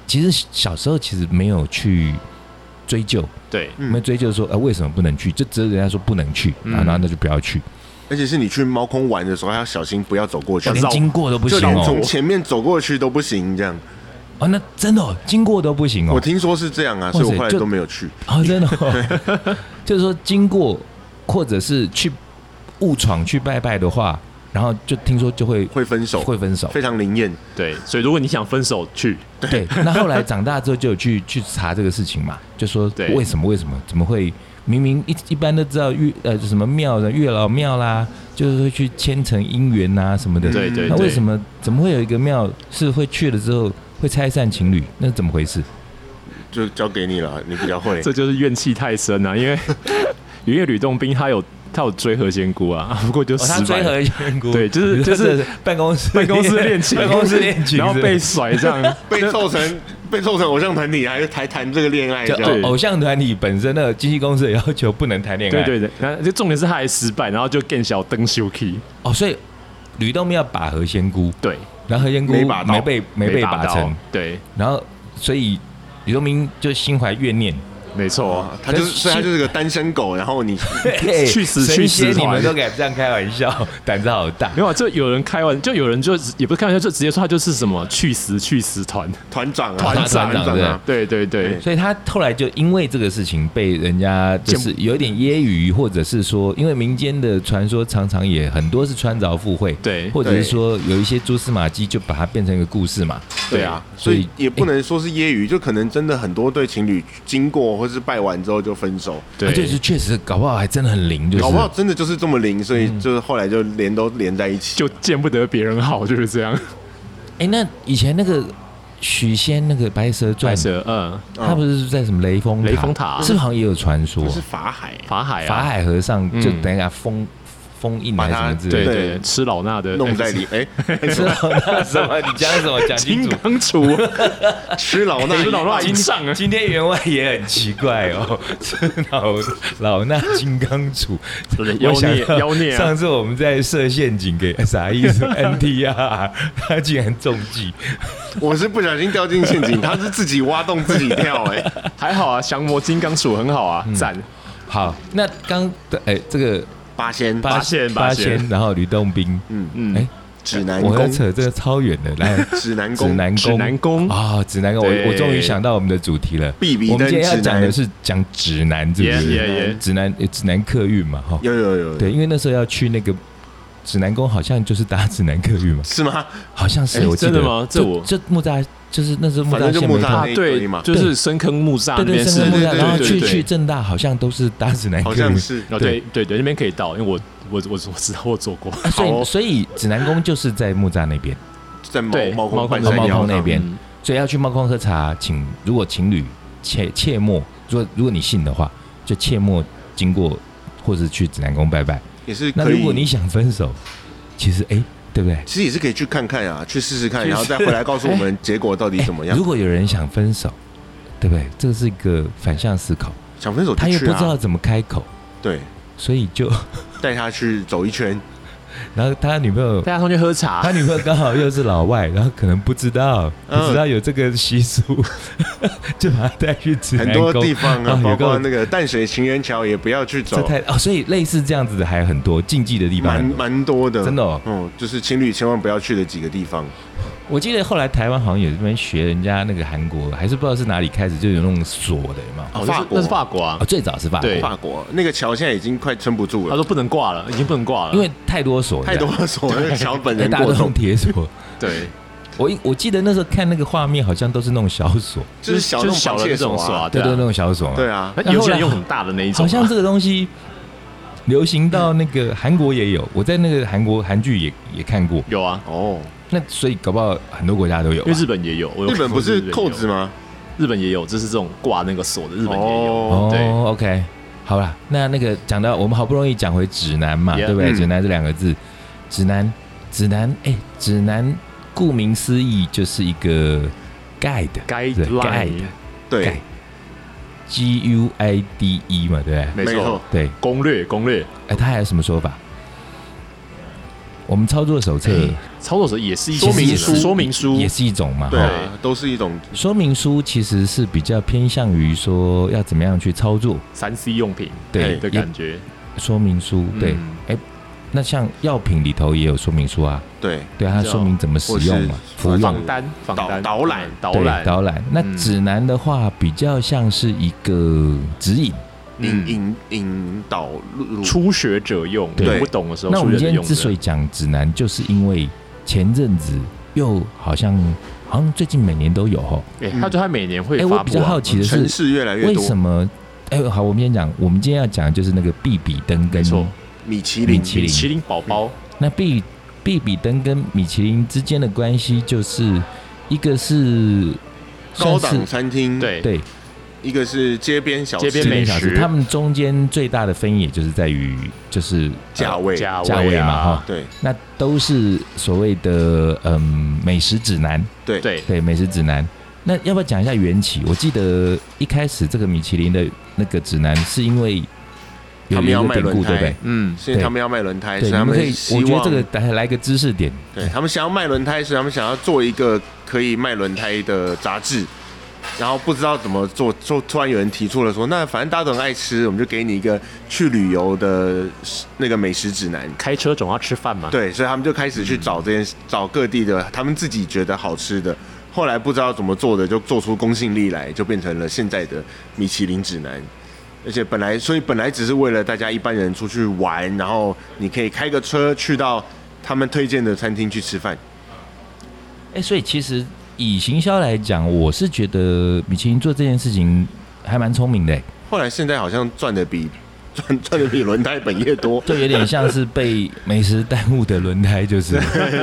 C: 其实小时候其实没有去追究，
B: 对
A: 嗯
C: 没有追究说呃为什么不能去，就只是人家说不能去，啊
B: 嗯
C: 然后那就不要去，
A: 而且是你去猫空玩的时候，还要小心不要走过去
B: 要，
C: 连
B: 绕
C: 经过都不
A: 就
C: 行
A: 连
C: 哦
A: 从。前面走过去都不行，这样。
C: 哦，那真的、哦、经过都不行哦
A: 我。听说是这样啊，
C: 塞
A: 所以我后来
C: 就
A: 都没有去。
C: 哦，真的、哦， 就是说经过或者是去误闯去拜拜的话，然后就听说就会
A: 会分手，
C: 会分手。
A: 非常灵验。
B: 对，所以如果你想分手去，
C: 对，那后来长大之后就有去去查这个事情嘛，就说
B: 对
C: 为什么为什么怎么会明明一一般都知道月呃什么庙的月老庙啦，就是会去牵成姻缘呐、什么的，
B: 对对
C: 那
B: 对，
C: 为什么怎么会有一个庙是会去了之后会拆散情侣？那是怎么回事？
A: 就交给你了，你比较会。
B: 这就是怨气太深啊，因为 因为吕洞宾他有他有追何仙姑啊，不过就
C: 哦，他
B: 失败
C: 追
B: 了。
C: 和仙姑，
B: 对就是
C: 你
B: 就
C: 说
B: 是
C: 这办公室
B: 办公室恋情，
C: 办公室恋情，
B: 然后
C: 是不
B: 被
C: 是
B: 甩这样，
A: 被凑成被凑成偶像团体，还还谈这个恋爱，
C: 就
A: 这
B: 对
A: 样
C: 偶偶像团体本身的经纪公司的要求不能谈恋
B: 对
C: 爱，
B: 对对，然后就重点是他还失败，然后就更小灯修 key，
C: 哦，所以吕洞宾要把何仙姑，
B: 对，
C: 然后何仙姑
A: 没把到
C: 没被没被
B: 拔
C: 把
B: 到
C: 成，
B: 对，
C: 然后所以吕洞宾就心怀怨念，
B: 没错，
A: 他就是
C: 可是
A: 所以他就是个单身狗，然后你
B: 去死
C: 神
B: 去死
C: 仙你
B: 团
C: 们都敢这样开玩笑，胆子好大
B: 没。有啊，就有人开玩，就有人就也不是开玩笑，就直接说他就是什么去死去死团，
A: 团长啊，
B: 团长
A: 团长啊，
B: 对对对
A: 对
C: 所以他后来就因为这个事情被人家就是有一点揶揄，或者是说，因为民间的传说常常也很多是穿凿附会，
B: 对
C: 或者是说有一些蛛丝马迹就把它变成一个故事嘛。
A: 对啊，所
C: 所以
A: 以也不能说是揶揄，就可能真的很多对情侣经过或是拜完之后就分手，
C: 啊就是
B: 对，
C: 确实搞不好还真的很灵，就是
A: 搞不好真的就是这么灵，所以就是后来就连都连在一起。
B: 就见不得别人好，就是这 样。
C: 哎、那以前那个许仙那个《白蛇传
B: 白》，蛇， 嗯，
C: 他不是在什么雷峰
B: 雷峰塔
C: 是不是好像也有传说
A: 不？是法海
B: 法海啊，
C: 法海和尚就
B: 嗯
C: 等一下封封印还是什么之类
B: 对
C: 的，
B: 对
A: 对
B: 对，吃老衲的
A: 弄 在里，哎，
C: 知 道那 什么？你讲什么？讲清
B: 金
C: 楚。
B: 刚杵，
C: 哦
A: 吃老 衲
B: 哎吃老衲
C: 今
B: 银杖啊，
C: 今天员外也很奇怪哦， 是老老衲金刚杵，
B: 妖
C: 我想
B: 孽
C: 到
B: 妖孽啊
C: 上次我们在设陷阱给 啥意思？NTR，他 竟然中计，
A: 我是不小心掉进陷阱，他是自己挖洞自己跳，哎，
B: 还好啊，降魔金刚杵很好
C: 嗯
B: 啊，赞，
C: 好，那刚的哎，这个
A: 八仙
B: 八仙
C: 八
B: 八仙
C: 仙，然后吕洞宾，
A: 嗯
C: 嗯，哎，
A: 指南
C: 我
A: 宫
C: 要，扯这个超远的，来，
A: 指南
C: 指
A: 宫，
C: 南宫，
B: 指南宫
C: 啊，指南宫，
B: 对
C: 我我终于想到我们的主题了。
A: 必比
C: 我们
A: 登
C: 今天要
A: 指
C: 讲
A: 南
C: 的是讲指南，是不
B: 耶
C: 是？
B: 耶耶，
C: 指南呃指南客运嘛，哈，
A: 有有有，有
C: 对，因为那时候要去那个指南宫，好像就是搭指南客运嘛，
A: 是吗？
C: 好像是
B: 哎
C: 我记得
B: 真的吗这
C: 就
B: 我
C: 就木栅，就是那时候木
A: 反
C: 栅
A: 正就
C: 线
A: 木
C: 没
A: 栅
C: 通
B: 啊
A: 那，一堆
B: 对
A: 嘛，
B: 就是深坑木栅那
C: 对对，
B: 边是，
C: 深
A: 坑
C: 圳木
A: 对
C: 栅，
A: 对
C: 然后
A: 对
C: 去
A: 对
C: 去正大，好像都是搭指南客
A: 好
C: 运
A: 像。是
B: 哦，对对对，那边可以到，因为我我我我知道我做过，
C: 啊所
A: 好哦
C: 以，所以指南宫就是在木栅那边，
A: 在猫
B: 对
A: 猫
B: 猫
A: 空
B: 空
A: 半
C: 和
A: 山
C: 猫
A: 腰
C: 空
A: 上
C: 那边
B: 嗯，
C: 所以要去猫空喝茶，请如果情侣切切莫，如果如果你信的话，就切莫经过或者去指南宫拜拜。
A: 也是
C: 那
A: 可
C: 如果你
A: 以，
C: 想分手，其实哎，对不对？
A: 其实也是可以去看看啊，去试试看，
C: 去
A: 然后再回来告诉我们结果到底怎么样
C: 哎如。果有人想分手，对不对？这是一个反向思考，
A: 想分手
C: 他
A: 就
C: 又不
A: 去
C: 知道
A: 啊，
C: 怎么开口，
A: 对，
C: 所以就，
A: 带他去走一圈，
C: 然后他女 朋友，
B: 大家同去喝茶
C: 他，女朋友刚好又是老外，然后可能不知道，
A: 嗯
C: 不知道有这个习俗， 就把他带去指
A: 很
C: 南
A: 多
C: 宫。
A: 地方啊
C: 哦，
A: 包
C: 有
A: 括
C: 个
A: 那个淡水情人桥也不要去
C: 这
A: 走，
C: 太哦，所以类似这样子的还有很多禁忌的地方
A: 蛮。蛮多的，
C: 真的哦
A: 嗯，就是情侣千万不要去的几个地方。
C: 我记得后来台湾好像有这边学人家那个韩国，还是不知道是哪里开始就有那种锁的，有没有？
B: 哦那
A: 法
B: 是
A: 国
B: 那是法国啊
C: 哦，，最早是法国，
B: 对
A: 法国那个桥现在已经快撑不住
B: 他
A: 了，
B: 说不能挂了，已经不能挂了，
C: 因为太多锁了，
A: 太多锁，那个桥本
C: 哎
A: 人
C: 大家
A: 过
C: 都
A: 重
C: 用，铁锁。
B: 对，
C: 我一我记得那时候看那个画面，好像都是那种小锁，
A: 就是小
B: 就
A: 那
B: 是小
A: 种
B: 的
A: 螃蟹
B: 那种
A: 锁啊
B: 耍，
C: 对对，
B: 啊，
C: 那种小锁嘛。
A: 对啊，
B: 那有些人用很大的那一种
C: 好
B: 啊，
C: 像这个东西流行到那个韩国也有，我在那个韩国韩剧也也看过。
B: 有啊，
A: 哦，
C: 那所以搞不好很多国家都有吧
B: 因为。日本也有，我有
A: 啊日本不是
B: 看过
A: 扣子
B: 日本也有？
A: 吗？
B: 日本也有，就是这种挂那个锁的，日本也有。
A: 哦，
B: 对
C: 哦，OK，好啦，那那个讲到我们好不容易讲回指南嘛，
B: Yeah
C: 对不对？
A: 嗯
C: 指南这两个字，指南，指南，哎，指南，顾名思义就是一个 guide，对
B: Guideline，
A: 对，
C: G U I D E 嘛，对不对？
B: 没
A: 没错
B: 错，
C: 对，
B: 攻略攻略，
C: 哎，它还有什么说法？我们操作手册
B: 哎操作者也是一
A: 说明书
B: 说明书
C: 也是一种嘛，
A: 对
C: 哈
A: 啊，都是一种
C: 说明书其实是比较偏向于说要怎么样去操作
B: 三 C 用品
C: 对
B: 哎的
C: 也
B: 感觉，
C: 说明书，对。
B: 嗯
C: 那像药品里头也有说明书啊，
A: 对
C: 对，它说明怎么使用嘛，
A: 或
C: 服
A: 是
C: 用
B: 访单、访单、嗯
A: 导导览
B: 导
C: 对
B: 览、嗯
C: 导览。那指南的话，比较像是一个指引。
A: 引
B: 嗯
C: 嗯
A: 引引导入
B: 初学者用，
A: 嗯对
B: 你不懂的时候，
C: 那我们
B: 初学
C: 今
B: 者
C: 天
B: 用的
C: 之所以讲指南，就是因为前阵子又好像好像最近每年都有哦。
B: 哎，他就他每年会
C: 哎，
B: 发
C: 我
B: 布
C: 比
B: 啊，
C: 较好奇的
A: 城
C: 是，
A: 市越来越
C: 为
A: 多
C: 什，么？哎，好，我们先讲，我们今天要讲的就是那个必比登跟
B: 没错
A: 米其
C: 米
A: 林
C: 其
B: 米
C: 林。
B: 其林宝宝，
C: 那必必比登跟米其林之间的关系，就是一个是
A: 高
C: 算是
A: 档餐厅，，
B: 对，
C: 对
A: 一个是街边小
B: 街边
C: 这
A: 吃
B: 美
C: 边小吃，
B: 食
C: 他们中间最大的分野就是在于就是
A: 价位，
B: 价
C: 价位
B: 啊
C: 嘛哈，
A: 对
C: 那都是所谓的嗯美食指南，
A: 对
B: 对，
C: 对美食指南。那要不要讲一下缘起？我记得一开始这个米其林的那个指南是因为
A: 他
C: 有
A: 们
C: 一
A: 要
C: 个
A: 卖
C: 典
A: 轮
C: 故，对不对
A: 胎？，
B: 嗯，
A: 是因为他们要卖轮胎，所
C: 对，
A: 以
C: 你
A: 他
C: 们可
A: 们
C: 以，
A: 希
C: 我觉得
A: 望
C: 这个来来个知识点，
A: 对他们想要卖轮胎，所以他们想要做一个可以卖轮胎的杂志，然后不知道怎么做，就突然有人提出了说，那反正大家都很爱吃，我们就给你一个去旅游的那个美食指南。
B: 开车总要吃饭嘛，
A: 对，所以他们就开始去找这件事，找各地的他们自己觉得好吃的，后来不知道怎么做的，就做出公信力来，就变成了现在的米其林指南。而且本来，所以本来只是为了大家一般人出去玩，然后你可以开个车去到他们推荐的餐厅去吃饭。
C: 哎、所以其实以行销来讲，我是觉得米其林做这件事情还蛮聪明的、欸，
A: 后来现在好像赚的比 赚赚的比轮胎本业 多，
C: 就有点像是被美食耽误的轮胎，就是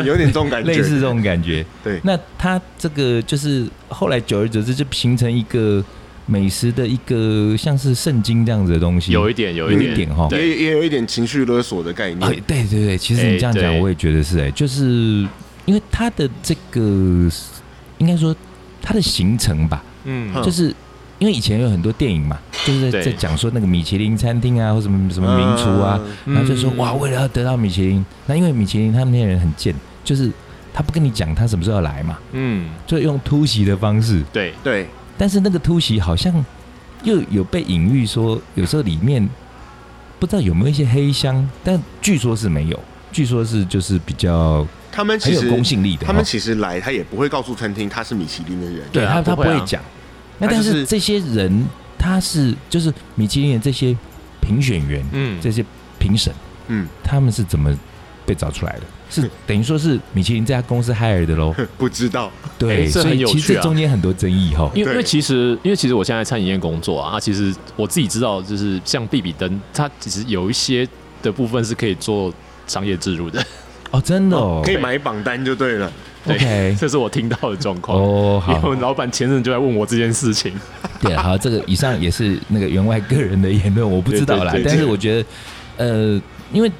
A: 有点这种感觉。
C: 类似这种感觉。
A: 对
C: 那它这个就是后来久而久之就形成一个美食的一个像是圣经这样子的东西，
B: 有一点，有
C: 有
B: 一
C: 一点哈
B: 对
A: 也也有一点情绪勒索的概
C: 哎、
A: 念。
C: 对对对，其实你这样
B: 哎
C: 讲，
B: 对
C: 我也觉得是哎、就是因为它的这个应该说它的行程吧，
B: 嗯，
A: 嗯
C: 就是因为以前有很多电影嘛，就是在
B: 对
C: 在讲说那个米其林餐厅啊，或什么什么名厨啊，
B: 嗯
C: 然后就说哇，为了要得到米其林，那因为米其林他们那些人很贱，就是他不跟你讲他什么时候要来嘛，
B: 嗯，
C: 就用突袭的方式，
B: 对，
A: 对，
C: 但是那个突袭好像又有被隐喻说，有时候里面不知道有没有一些黑箱，但据说是没有。据说是就是比较
A: 他们
C: 很
A: 其
C: 有
A: 实
C: 公信力的哈，哦
A: 他们其实来，他也不会告诉餐厅他是米其林的人。
B: 对
C: 对
B: 啊
C: 他他
B: 不
C: 不
B: 会啊
C: 会讲。那
A: 他
C: 但
A: 就是是
C: 这些人，他是就是米其林的这些评选员，
B: 嗯，
C: 这些评审，
A: 嗯，
C: 他们是怎么被找出来的？是等于说是米其林这家公司 hire 的喽？
A: 不知道，
C: 对，
B: 哎这
C: 所
B: 很
C: 以
B: 有
C: 其
B: 趣
C: 实
B: 啊
C: 这中间很多争议哈。
B: 因为
A: 对
B: 因为其实因为其实我现在在餐饮业工作啊，啊其实我自己知道，就是像必比登，它其实有一些的部分是可以做商业植入的。
C: 哦，真的哦
A: 可以买榜单就对了。
B: 对
C: OK
B: 这是我听到的状况。
C: 哦，
B: 因为我
C: 好
B: 们，老板前阵就在问我这件事情，
C: 对，好，这个以上也是那个员外个人的言论，我不知道啦
B: 对对。对
C: 但是我觉得，呃，因为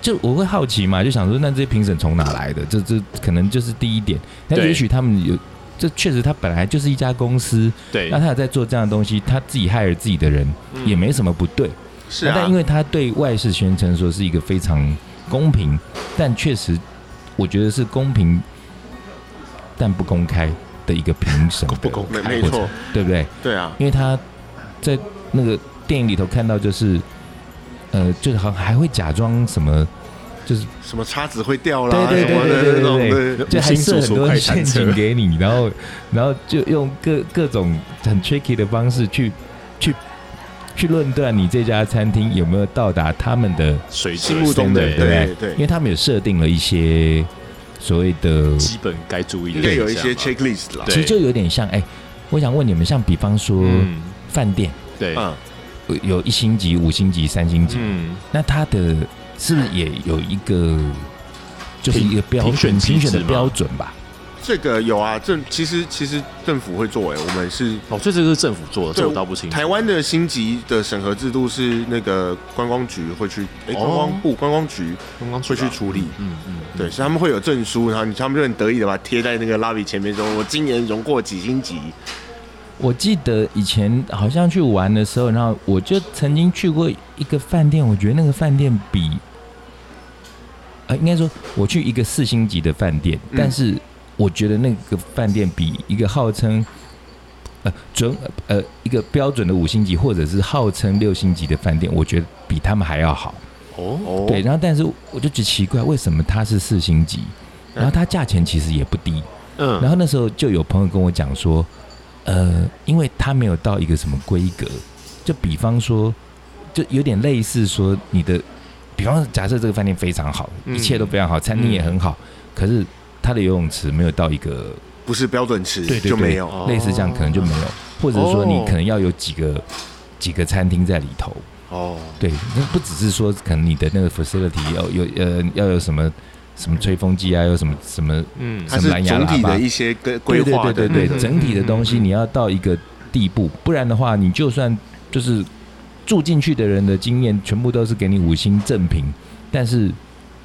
C: 就我会好奇嘛，就想说，那这些评审从哪来的？这这可能就是第一点。那
B: 对
C: 也许他们有，这确实他本来就是一家公司，
B: 对嗯
C: 那，他有在做这样的东西，他自己害了自己的人，也没什么不对。
A: 是啊，
C: 但因为他对外事宣称说是一个非常公平，但确实我觉得是公平但不公开的一个评 审的
B: 不公
A: 没
B: 开
A: 没
C: 过
A: 错
C: 程，，对不对？
A: 对啊，
C: 因为他在那个电影里头看到，就是呃，就是好像还会假装什么，就是
A: 什么叉子会掉啦，
C: 对对
A: 什
C: 对对
A: 么的
C: 对
A: 那
C: 对
A: 种的
C: 就还设很多陷阱
B: 给
C: 给你，然后然后就用各各种很 tricky 的方式去去去论断你这家餐厅有没有到达他们的，
B: 水
A: 心目中的
B: 对
C: 不
A: 对对
C: 因为他们有设定了一些所谓的，
B: 基本该注意的
A: 应该有一
B: 项
A: 些
B: 嘛
A: checklist 啦。
C: 其实就有点像哎、我想问你们，像比方说
B: 嗯，
C: 饭店、
B: 对，
A: 嗯，
C: 有一星级、五星级、三星级，
B: 嗯，
C: 那它的是不是也有一个，就是一个标
B: 评选
C: 准
B: 机
C: 评选
B: 制
C: 的
B: 吗
C: 标准吧？
A: 这个有啊，政其实其实政府会做诶，欸我们是
B: 哦，所以这个是政府做的，
A: 对
B: 这我倒不清楚。
A: 台湾的星级的审核制度是那个观光局会去，哎、
B: 哦
A: 观光部、观光局
B: 刚刚
A: 会去处理。
C: 啊
B: 嗯嗯，
A: 对，所以他们会有证书，然后他们就很得意的把它贴在那个拉比前面说，我今年荣获几星级。
C: 我记得以前好像去玩的时候，然后我就曾经去过一个饭店，我觉得那个饭店比呃，应该说我去一个四星级的饭店，
A: 嗯
C: 但是我觉得那个饭店比一个号称呃准呃一个标准的五星级或者是号称六星级的饭店，我觉得比他们还要好。
B: 哦，
A: 哦，
C: 对，然后但是我就觉得奇怪，为什么它是四星级，然后它价钱其实也不低。
B: 嗯，
C: 然后那时候就有朋友跟我讲说，呃，因为它没有到一个什么规格，就比方说，就有点类似说你的，比方假设这个饭店非常好，
A: 嗯
C: 一切都非常好，餐厅也很好，可是它的游泳池没有到一个
A: 不是标准池
C: 对对对
A: 就没有，
B: 哦
C: 类似这样，可能就没有，或者说你可能要有几个几个餐厅在里头，
A: 哦，
C: 对，那不只是说可能你的那个 facility 要有呃要有什么什么吹风机啊，有什么什么
B: 嗯
A: 它
C: 什
A: 是
C: 么蓝牙
A: 总体
C: 喇叭
A: 的一些规规划
C: 对
A: 的，
C: 对对
B: 嗯
C: 对，整体的东西
B: 嗯嗯
C: 你要到一个地步，不然的话，你就算就是住进去的人的经验，全部都是给你五星正评，但是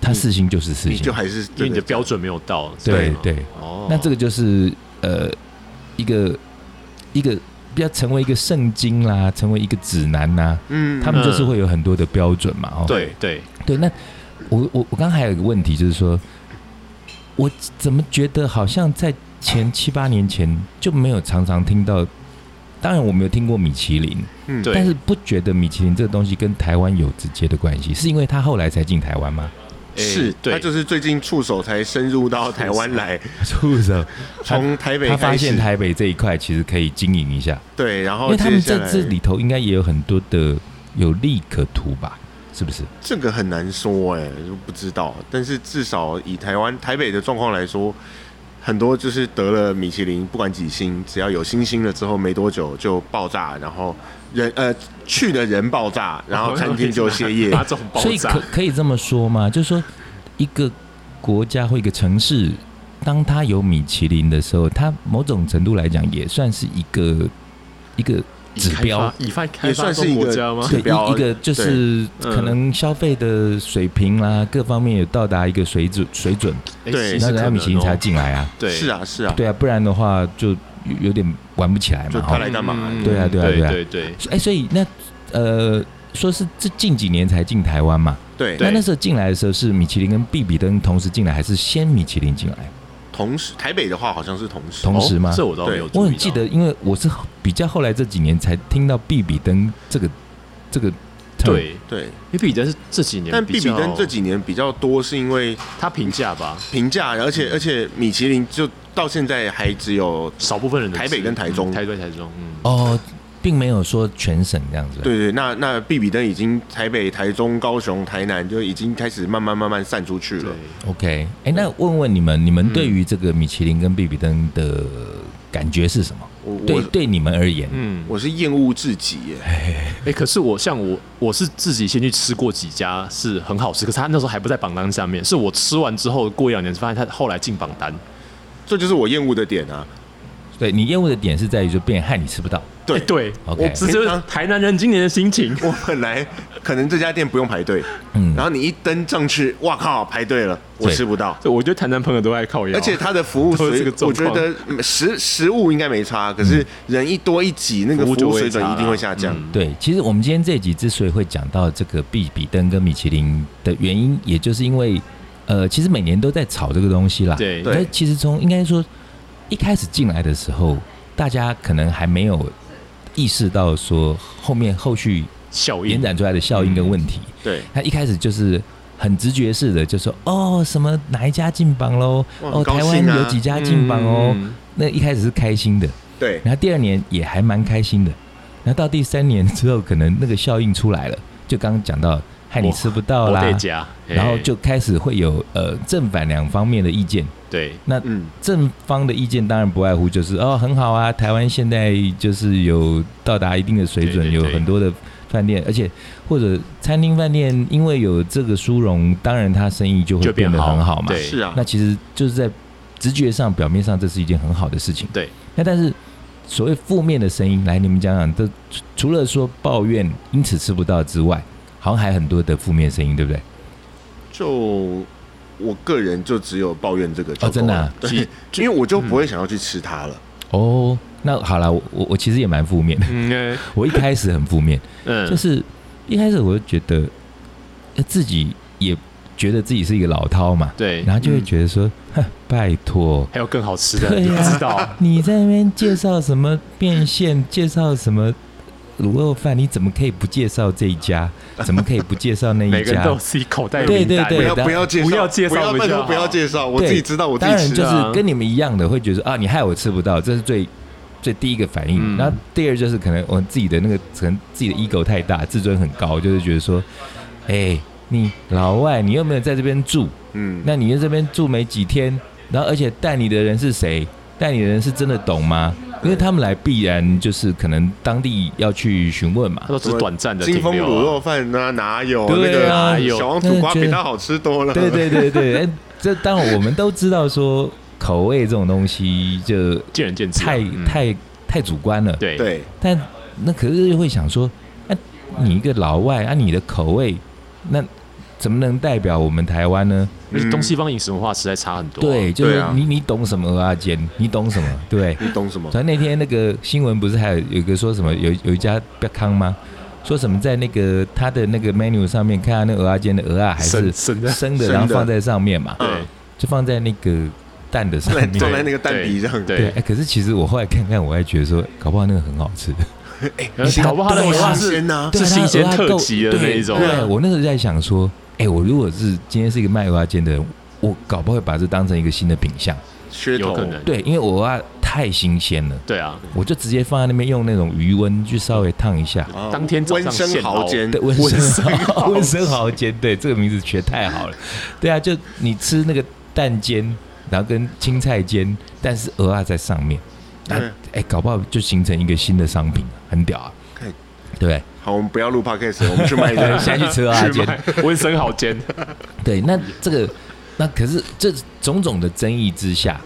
C: 他四星就是四
A: 你就
C: 星，
A: 还是
B: 因为你的标准没有到，
C: 对对，
B: 哦，
C: 那这个就是呃一个一个要成为一个圣经啦，成为一个指南啦，
A: 嗯，
C: 他们就是会有很多的标准嘛，哦，
B: 对对，
C: 对，那我我我刚还有一个问题，就是说，我怎么觉得好像在前七八年前就没有常常听到，当然我没有听过米其林，
A: 嗯
B: 对
C: 但是不觉得米其林这个东西跟台湾有直接的关系，是因为他后来才进台 湾吗？
B: 诶
A: 是，哎他
B: 对，
A: 就是最近触手才深入到台湾来，
C: 是的，
A: 从台北
C: 他
A: 开
C: 发
A: 始
C: 现，台北这一块其实可以经营一下，
A: 对，然
C: 因
A: 后
C: 为他
A: 哦接
C: 们
A: 下
C: 在
A: 来
C: 这里头应该也有很多的有利可图吧，是不是？
A: 这个很难说哎、就不知道。但是至少以台湾台北的状况来说，很多就是得了米其林，不管几星，只要有星星了之后，没多久就爆炸，然后人呃去的人爆炸，然后餐厅就歇业。
B: 哪种爆
C: 所以
B: 炸
C: 可？可以这么说吗？就是说，一个国家或一个城市，当它有米其林的时候，它某种程度来讲也算是一个一个指标，
B: 以开发，以开
A: 也
B: 发
A: 算
B: 中
A: 是一个
B: 国家吗？
A: 指
C: 对
A: 标
C: 一一个就是
B: 对嗯
C: 可能消费的水平啦，各方面有到达一个水准水准，
B: 诶
A: 对
B: 其
A: 也
B: 实
C: 那人
B: 可
C: 家
B: 能
C: 米其林
B: 哦
C: 才进来啊。
B: 对，
A: 是啊是啊，
C: 对啊，不然的话就有有点玩不起来
A: 就
C: 嘛。
A: 他
C: 哈
A: 来干嘛
B: 嗯
C: 对啊对啊
B: 对
C: 对啊
B: 对对，
C: 哎、所以那呃，说是这近几年才进台湾嘛。
A: 对
C: 那那时候进来的时候是米其林跟必比登同时进来，还是先米其林进来？
A: 同时台北的话好像是同时，
C: 同时吗
B: 哦这我倒没有注意到，
C: 我很记得，因为我是比较后来这几年才听到必比登这个这个 term。
B: 对，
A: 对，
B: 因为比登是这几年较，
A: 但比比登这几年比较多，是因为
B: 他评价吧，
A: 平价，而且而且米其林就到现在还只有
B: 少部分人的
A: 台北
B: 吃
A: 跟台中
B: 嗯台北台中，嗯，
C: 哦，并没有说全省这样子。，
A: 对对，那那比比登已经台北、台中、高雄、台南就已经开始慢慢慢慢散出去
B: 对
A: 了。，
C: OK，哎、那问问你们，你们对于这个米其林跟必比登的感觉是什么？
A: 我
C: 对，
A: 我
C: 对你们而言，
B: 嗯，
A: 我是厌恶至极耶，
B: 哎、可是我像我，我是自己先去吃过几家是很好吃，可是他那时候还不在榜单上面，是我吃完之后过一两年发现他后来进榜单，
A: 这就是我厌恶的点啊。
C: 对你厌恶的点是在于就变害你吃不到。
A: 对
B: 哎对
C: OK
B: 我这就是台南人今年的心情。
A: 我本来可能这家店不用排队，
C: 嗯
A: 然后你一登上去，哇靠，排队了，我
C: 对
A: 吃不到。
B: 对，我觉得台南朋友都爱靠腰，
A: 而且他的服务
B: 啊 都是
A: 水
B: 这个，
A: 我觉
B: 状况
A: 得嗯食食物应该没差，可是人一多一挤，那个
B: 服
A: 服
B: 务就
A: 务
B: 会
A: 水准
B: 差
A: 一定会
B: 啦
A: 下降。
B: 嗯
C: 对，其实我们今天这一集之所以会讲到这个必比登跟米其林的原因，也就是因为，呃，其实每年都在炒这个东西啦。
B: 对
A: 对
C: 那其实从应该说一开始进来的时候，大家可能还没有意识到说后面后续
B: 效
C: 延
B: 应，
C: 展出来的效应跟
A: 嗯
C: 问题。
A: 对，
C: 他一开始就是很直觉式的，就说哦什么哪一家进榜喽，
A: 哇
C: 哦
A: 很高
C: 台湾
A: 兴啊
C: 有几家进榜哦，
B: 嗯
C: 那一开始是开心的，
A: 对，
C: 然后第二年也还蛮开心的，然后到第三年之后，可能那个效应出来了，就刚刚讲到害你吃不到
B: 我
C: 啦
B: 得，加，
C: 然后
B: 哎
C: 就开始会有呃正反两方面的意见。
B: 对，
C: 那
A: 嗯，
C: 正方的意见当然不外乎就是哦很好啊，台湾现在就是有到达一定的水准，
B: 对对对
C: 有很多的饭店，而且或者餐厅饭店因为有这个殊荣，当然它生意就会
B: 就变
C: 变得
B: 好
C: 很好嘛。
B: 对
A: 是啊，
C: 那其实就是在直觉上、表面上，这是一件很好的事情。
B: 对，
C: 那但是所谓负面的声音，来你们讲讲，这除除了说抱怨因此吃不到之外，好像还很多的负面声音，对不对？
A: 就我个人就只有抱怨这个就够
C: 哦
A: 了，
C: 真的啊
A: 对， 因为我就不会想要去吃它了。
C: 哦，那好了，我我我其实也蛮 负面的，
B: 嗯哎
C: 我一开始很负面，
B: 嗯，
C: 就是一开始我就觉得呃自己也觉得自己是一个老饕嘛，
B: 对，嗯
C: 然后就会觉得说，哼，拜托，
B: 还有更好吃的，
C: 对
B: 你
C: 呀
B: 不知道，
C: 你在那边介绍什么变现，介绍什么卤肉饭，你怎么可以不介绍这一家？怎么可以不介绍那
B: 每
C: 一
B: 个人都
C: 家
B: 有？自己口袋
C: 对
B: 名单
C: 对
A: 不
C: 对
A: 要不要介绍，
B: 啊不要介绍
A: 不要
B: 比
A: 拜
B: 较
A: 托
B: 好
A: 不要介绍，我
C: 对
A: 自己知道，我自
C: 当然
A: 己吃
C: 就
A: 啊。
C: 是跟你们一样的，会觉得啊，你害我吃不到，这是最最第一个反应。
B: 嗯
C: 然后第二就是可能我自己的那个，可能自己的 ego 太大，自尊很高，就是觉得说，哎、你老外，你又没有在这边住，
A: 嗯，
C: 那你在这边住没几天，然后而且带你的人是谁？带你的人是真的懂吗？因为他们来必然就是可能当地要去询问嘛
B: 他。都只是短暂的
A: 金
B: 停
A: 峰卤
B: 留啊。
A: 肉饭那哪有
C: 对啊
A: 那个
C: 哪
B: 有
A: 小王土瓜
C: 真的觉得
A: 比它好吃多了。
C: 对对对对，哎、这当然我们都知道说口味这种东西就
B: 见仁见智啊，
C: 太、
B: 嗯
C: 太太主观了。
B: 对
A: 对，
C: 但那可是会想说，啊，你一个老外啊，你的口味那怎么能代表我们台湾呢？
B: 因为
A: 嗯
B: 东西方饮食文化实在差很多啊。
C: 对，就
A: 对
C: 是
A: 啊
C: 你你懂什么阿煎，你懂什么？对，
A: 你懂什么？
C: 所以那天那个新闻不是还有有一个说什么有有一家不要康吗？说什么在那个他的那个 menu 上面看到那鹅啊煎的鹅啊还
B: 生
C: 是
B: 生的
C: 生
A: 生的
C: 的，然后放在上面嘛，
B: 对，
C: 就放在那个蛋的上
A: 对，
C: 面。
A: 装 在那个嗯蛋
B: 对
A: 皮上。
B: 对
C: 对，哎，可是其实我后来看看，我还觉得说，搞不好那个很好吃。
B: 然后
C: 你
B: 搞不好他的
C: 对
B: 文化
C: 啊
A: 新
B: 是
A: 鲜呐
B: 是
C: 对
B: 新鲜
C: 它
B: 特级的
C: 它够
B: 那一种。
C: 对，对我那时候在想说，哎，我如果是今天是一个卖鹅啊煎的人，我搞不好会把这当成一个新的品相。
A: 噱头
B: 有可能
C: 对，因为鹅啊太新鲜了，
B: 对啊，
C: 我就直接放在那边用那种余温去稍微烫一下。
A: 啊
B: 当天早上
A: 温生
B: 现
A: 蚝
B: 熬
A: 煎
C: 对，，温生蚝，温生蚝煎，对，这个名字取得太好了。对啊，就你吃那个蛋煎，然后跟青菜煎，但是鹅啊在上面，那
A: 对
B: 嗯
C: 哎、搞不好就形成一个新的商品，很屌啊
A: 看！
C: 对，
A: 好，我们不要录 podcast，了我们去卖一下
C: 对，。 现在去吃鹅啊
B: 去
C: 煎，
B: 买温生蚝煎，
C: 对，那这个，那可是这种种的争议之下，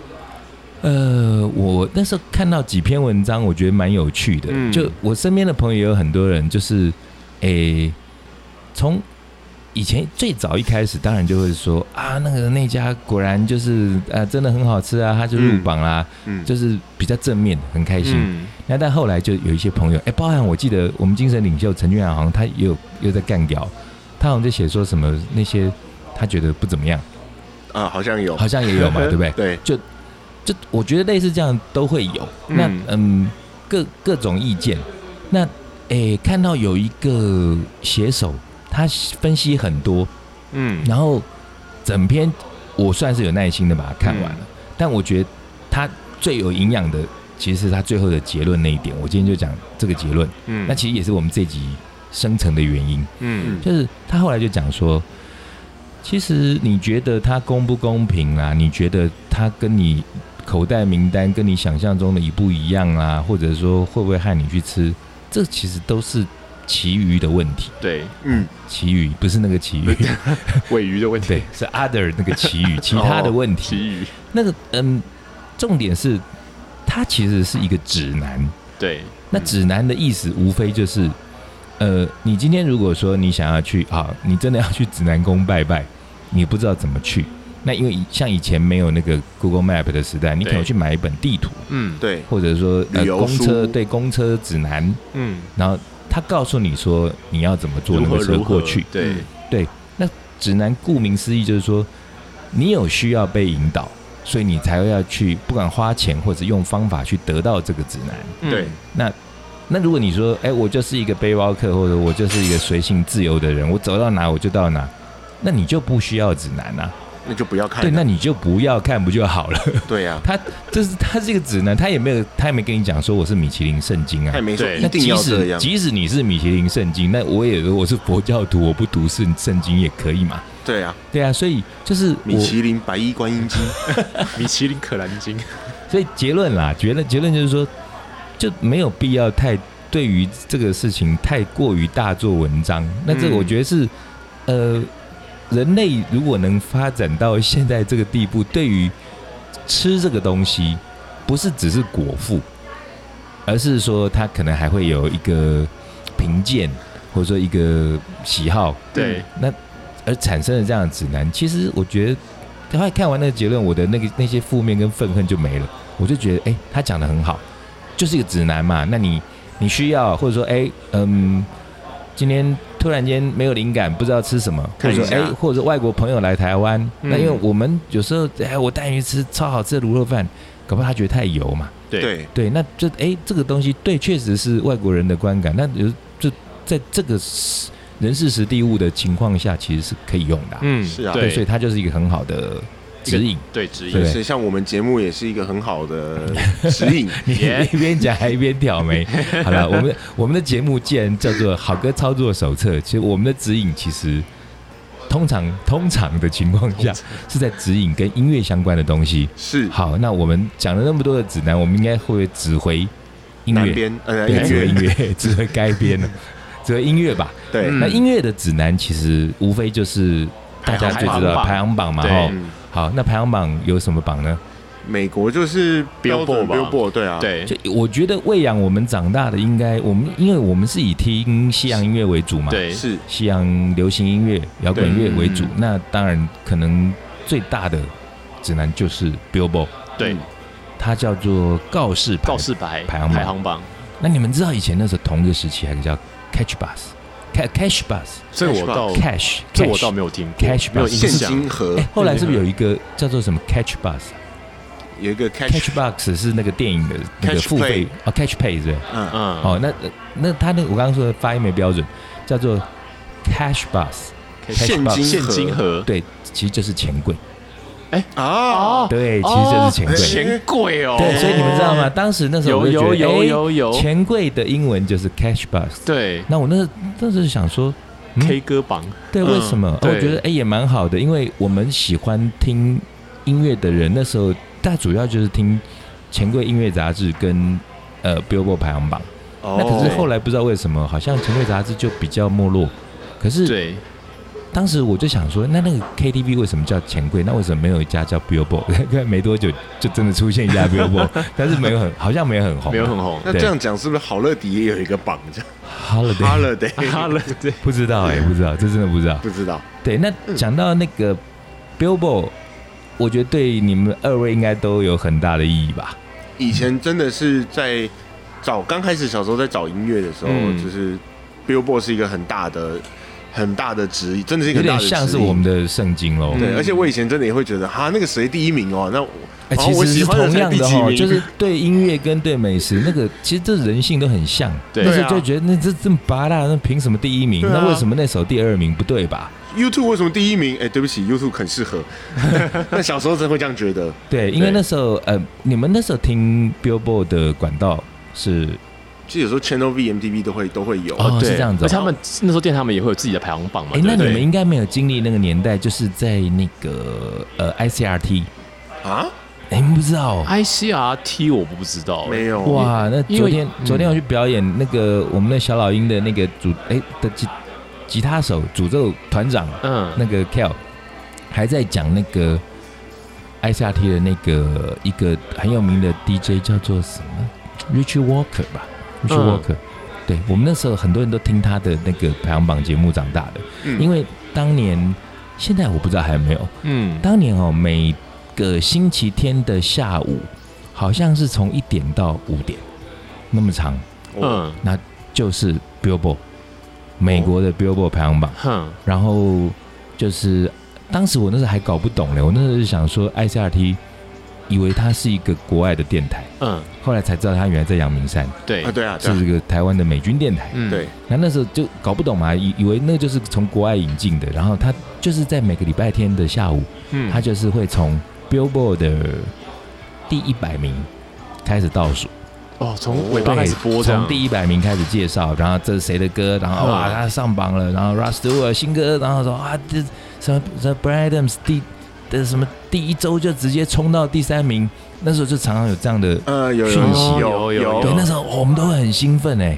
C: 呃，我那时候看到几篇文章，我觉得蛮有趣的。
A: 嗯
C: 就我身边的朋友也有很多人，就是诶，从以前最早一开始，当然就会说啊，那个那家果然就是啊，真的很好吃啊，他就入榜啦，
A: 嗯，
C: 就是比较正面，很开心。
A: 嗯
C: 那但后来就有一些朋友，哎、包含我记得我们精神领袖陈俊豪，好像他也有又在干掉，他好像就写说什么那些他觉得不怎么样，
A: 啊，好像有
C: 好，像也有 嘛，对不对？
A: 对，
C: 就我觉得类似这样都会有。
A: 嗯
C: 那嗯，各各种意见。那诶、看到有一个写手，他分析很多，
A: 嗯
C: 然后整篇我算是有耐心的把它看完了，
A: 嗯
C: 但我觉得他最有营养的。其实是他最后的结论那一点，我今天就讲这个结论。
A: 嗯
C: 那其实也是我们这集生成的原因，
A: 嗯
C: 就是他后来就讲说，其实你觉得他公不公平啊？你觉得他跟你口袋名单跟你想象中的一不一样啊？或者说会不会害你去吃？这其实都是其余的问题，
B: 对，
A: 嗯，
C: 其余不是那个其余，
B: 尾鱼的问题 哦
C: 对，，是 other 那个其余，其他的问题。
B: 其余，
C: 那个嗯，重点是，他其实是一个指南。
B: 对，
C: 那指南的意思无非就是，呃，你今天如果说你想要去啊，你真的要去指南宫拜拜，你不知道怎么去，那因为以像以前没有那个 Google Map 的时代，你可能
B: 对
C: 去买一本地图，
B: 嗯
A: 对，
C: 或者说呃
A: 旅游
C: 公车
A: 书
C: 对公车指南，
B: 嗯，
C: 然后他告诉你说你要怎么坐
B: 如
C: 那
B: 何
C: 个车
B: 如何
C: 过去。嗯
B: 对，
C: 指南顾名思义就是说，你有需要被引导，所以你才会要去，不管花钱或者用方法去得到这个指南。
B: 嗯
A: 对，
C: 那如果你说，哎、我就是一个背包客，或者我就是一个随性自由的人，我走到哪我就到哪，那你就不需要指南啊。
A: 哎那就不要看
C: 对，
A: 了，
C: 那你就不要看不就好了？
A: 对啊呀，
C: 他就是他这个指南，他也没有，他也没跟你讲说我是米其林圣经啊
A: 太。没说
B: 对
A: 哎一
C: 那
A: 定
C: 即
A: 要这
C: 使
A: 样，
C: 即使你是米其林圣经，那我也我是佛教徒，我不读圣圣经也可以嘛。
A: 对啊，
C: 对啊，所以就是
A: 米
C: 我
A: 其林白衣观音鸡，
B: 米其林可兰经，
A: 嗯
C: 所以结论啦，结论结论就是说，就没有必要太对于这个事情太过于大做文章。那这个
A: 嗯
C: 我觉得是，呃，人类如果能发展到现在这个地步，对于吃这个东西，不是只是果腹，而是说它可能还会有一个评鉴，或者说一个喜好，
B: 对，
C: 嗯而产生了这样的指南，其实我觉得，后来看完那个结论，我的那个那些负面跟愤恨就没了。我就觉得，哎、他讲的很好，就是一个指南嘛。那你你需要，或者说，哎、嗯，今天突然间没有灵感，不知道吃什么，或
A: 看
C: 者
A: 一
C: 说
A: 下嗯
C: 哎，或者外国朋友来台湾，那因为我们有时候哎，我带你去吃超好吃的卤肉饭，搞不好他觉得太油嘛。
B: 对，
A: 对，
C: 对，那这哎，这个东西对，确实是外国人的观感。那有就在这个时人事实地物的情况下，其实是可以用的啊、
B: 嗯，
A: 是啊
C: 对，所
B: 对
C: 以它就是一个很好的指引。
B: 对，指
A: 所
C: 对
B: 引
A: 以是像我们节目也是一个很好的指 引。
C: 你
B: 耶
C: 一边讲还一边挑眉。好了，我们我们的节目既然叫做《好歌操作手册》，其实我们的指引其实通常通常的情况下是在指引跟音乐相关的东西。
A: 是
C: 好，那我们讲了那么多的指南，我们应该会指挥音
A: 南
C: 乐，
A: 边呃
B: 哎
C: 对，
A: 音
C: 指 挥音
A: 乐
C: 乐，指挥该编了，指挥音乐吧。
A: 对，
B: 嗯
C: 那音乐的指南其实无非就是大家最知道的排
B: 排
C: 行榜嘛，
B: 对
C: 哈。
A: 嗯
C: 好，那排行榜有什么榜呢？
A: 美国就是标准
B: Billboard 吧
A: Billboard 对啊，，
B: 对
C: 就我觉得喂养我们长大的，应该我们因为我们是以听西洋音乐为主嘛，，
B: 对嗯
A: 是
C: 西洋流行音乐、摇滚乐为主
B: 对。
C: 那当然，可能最大的指南就是 Billboard，
B: 对
A: 嗯，
C: 它叫做告示牌。
B: 告示牌
C: 排行榜
B: 排行榜，
C: 那你们知道以前那时候同一个时期还有个叫 Catch Bus，Ca- Cash Bus，Cash，
B: 这个我倒
C: Cash，
B: 哦这我倒没有听过
C: Cash 吧
B: 没有印
A: 现
B: 象
A: 金，盒嗯
C: 哎，后来是不是有一个叫做什么 Catch Bus？
A: 有一个 catch，
C: Catch Box 是那个电影的那个
A: Catch
C: 付费
A: Play
C: 哦，Catch Pay 是不是？
A: 嗯，
B: 嗯，
C: 哦，那呃那他那个我刚刚说的发音没标准，叫做 Cash Box，Cash
A: 现
C: box
A: 金
B: 现
A: 盒
B: 金盒，
C: 对，其实就是钱柜，
A: 啊，
C: 对，其实就是钱
A: 哦
C: 柜，
B: 钱柜哦，
C: 对，所以你们知道吗？当时那时候我
B: 有
C: 就觉
B: 有
C: 得，
B: 有
C: 哎
B: 有有，
C: 钱柜的英文就是 Cash Box，
B: 对
C: 那我那那时候想说，嗯
B: K 歌榜，
C: 对，
A: 嗯
C: 为什么？哦
B: 对
C: 我觉得哎也蛮好的，因为我们喜欢听音乐的人，那时候大主要就是听钱柜音乐杂志跟呃 Billboard 排行榜。
B: 哦
C: 那可是后
A: 来
C: 来不知道为什么，好像前卫杂志就比较没落。可是
B: 对
C: 当时我就想说，那那个 KTV 为什么叫钱柜？那为什么没有一家叫 Billboard？没 多久就真的出现一家 Billboard，但 是没有很好像没有很红。
B: 没有很红，
C: 哦
A: 那这样讲是不是好乐迪也有一个榜这样
C: Holiday，
A: ？Holiday
B: 哈了对，
C: 不知道哎、不知道，这真的不知道。
A: 不知道，
C: 对，那
A: 嗯
C: 讲到那个 Billboard，我觉得对你们二位应该都有很大的意义吧？
A: 以前真的是在找刚开始小时候在找音乐的时候，
B: 嗯
A: 就是 Billboard 是一个很大的很大的指引，真的是一个
C: 有
A: 很大
C: 点
A: 的指引
C: 像是我们的圣经喽。
A: 对，
B: 嗯
A: 而且我以前真的也会觉得哈那个谁第一名哦，那我
C: 哎，
A: 哦
C: 其
A: 我
C: 实
A: 喜
C: 是
A: 欢的
C: 同
A: 才
C: 样
A: 第
C: 的
A: 几
C: 哈，
A: 名
C: 就是对音乐跟对美食那个，其实这人性都很像。
B: 对
C: 那时候
A: 对啊
C: 就觉得那这这么拔辣，那凭什么第一名？
A: 对啊
C: 那为什么那首第二名不对吧？
A: YouTube 为什么第一名？哎、对不起，YouTube 很适合。那小时候真会这样觉得，
C: 对，因为
A: 对
C: 那时候呃，你们那时候听 Billboard 的管道是
A: 就有时候 Channel V、MTV 都会都会有。
C: 哦
B: 对
C: 是这样子哦
B: 而且他们那时候电台他们也会有自己的排行
A: 哦
B: 榜嘛，
C: 哎
B: 对，不
C: 那你
B: 对
C: 们应该没有经历那个年代，就是在那个呃 ICRT，
A: 啊，
C: 哎，你们不知道哦。
B: ICRT 我不知道，
A: 没有
C: 哇，那
B: 因为
C: 昨天
B: 嗯
C: 昨天我去表演那个我们的小老鹰的那个主哎的吉吉他手诅咒团长，
B: 嗯，
C: 那个 Kel 还在讲那个 ICRT 的那个一个很有名的 DJ 叫做什么 Richie Walker 吧，Richie
B: 嗯
C: Walker、对我们那时候很多人都听他的那个排行榜节目长大的，
A: 嗯
C: 因为当年现在我不知道还有没有，
B: 嗯，
C: 当年哦每个星期天的下午好像是从一点到五点那么长，
A: 哦
B: 嗯
C: 就是 Billboard 美国
A: 哦
C: 的 Billboard 排行榜。
B: 哼，
C: 然后就是当时我那时候还搞不懂嘞，我那时候就想说 ICRT，以为它是一个国外的电台，
B: 嗯，
C: 后来才知道它原来在阳明山，
B: 对
A: 啊，，对啊，对
C: 是
A: 啊，
C: 一个台湾的美军电台。
B: 嗯
A: 对，
C: 那那时候就搞不懂嘛，以以为那就是从国外引进的，然后它就是在每个礼拜天的下午，
B: 嗯，
C: 它就是会从 Billboard 的第一百名开始倒数。
B: 哦，从尾巴开始播这
C: 从
B: 样，
C: 第一百名开始介绍，然后这是谁的歌，然后
B: 嗯
C: 哇，他上榜了，然后 Rust Stewart 新歌，然后说啊，这什么这 Brian Adams 第的什么第一周就直接冲到第三名，那时候就常常有这样
B: 嗯
C: 的，
A: 呃，有
C: 讯
A: 有
C: 息
A: 有
B: 有有
C: 对
B: 有，
C: 那时候我们都会很兴奋哎，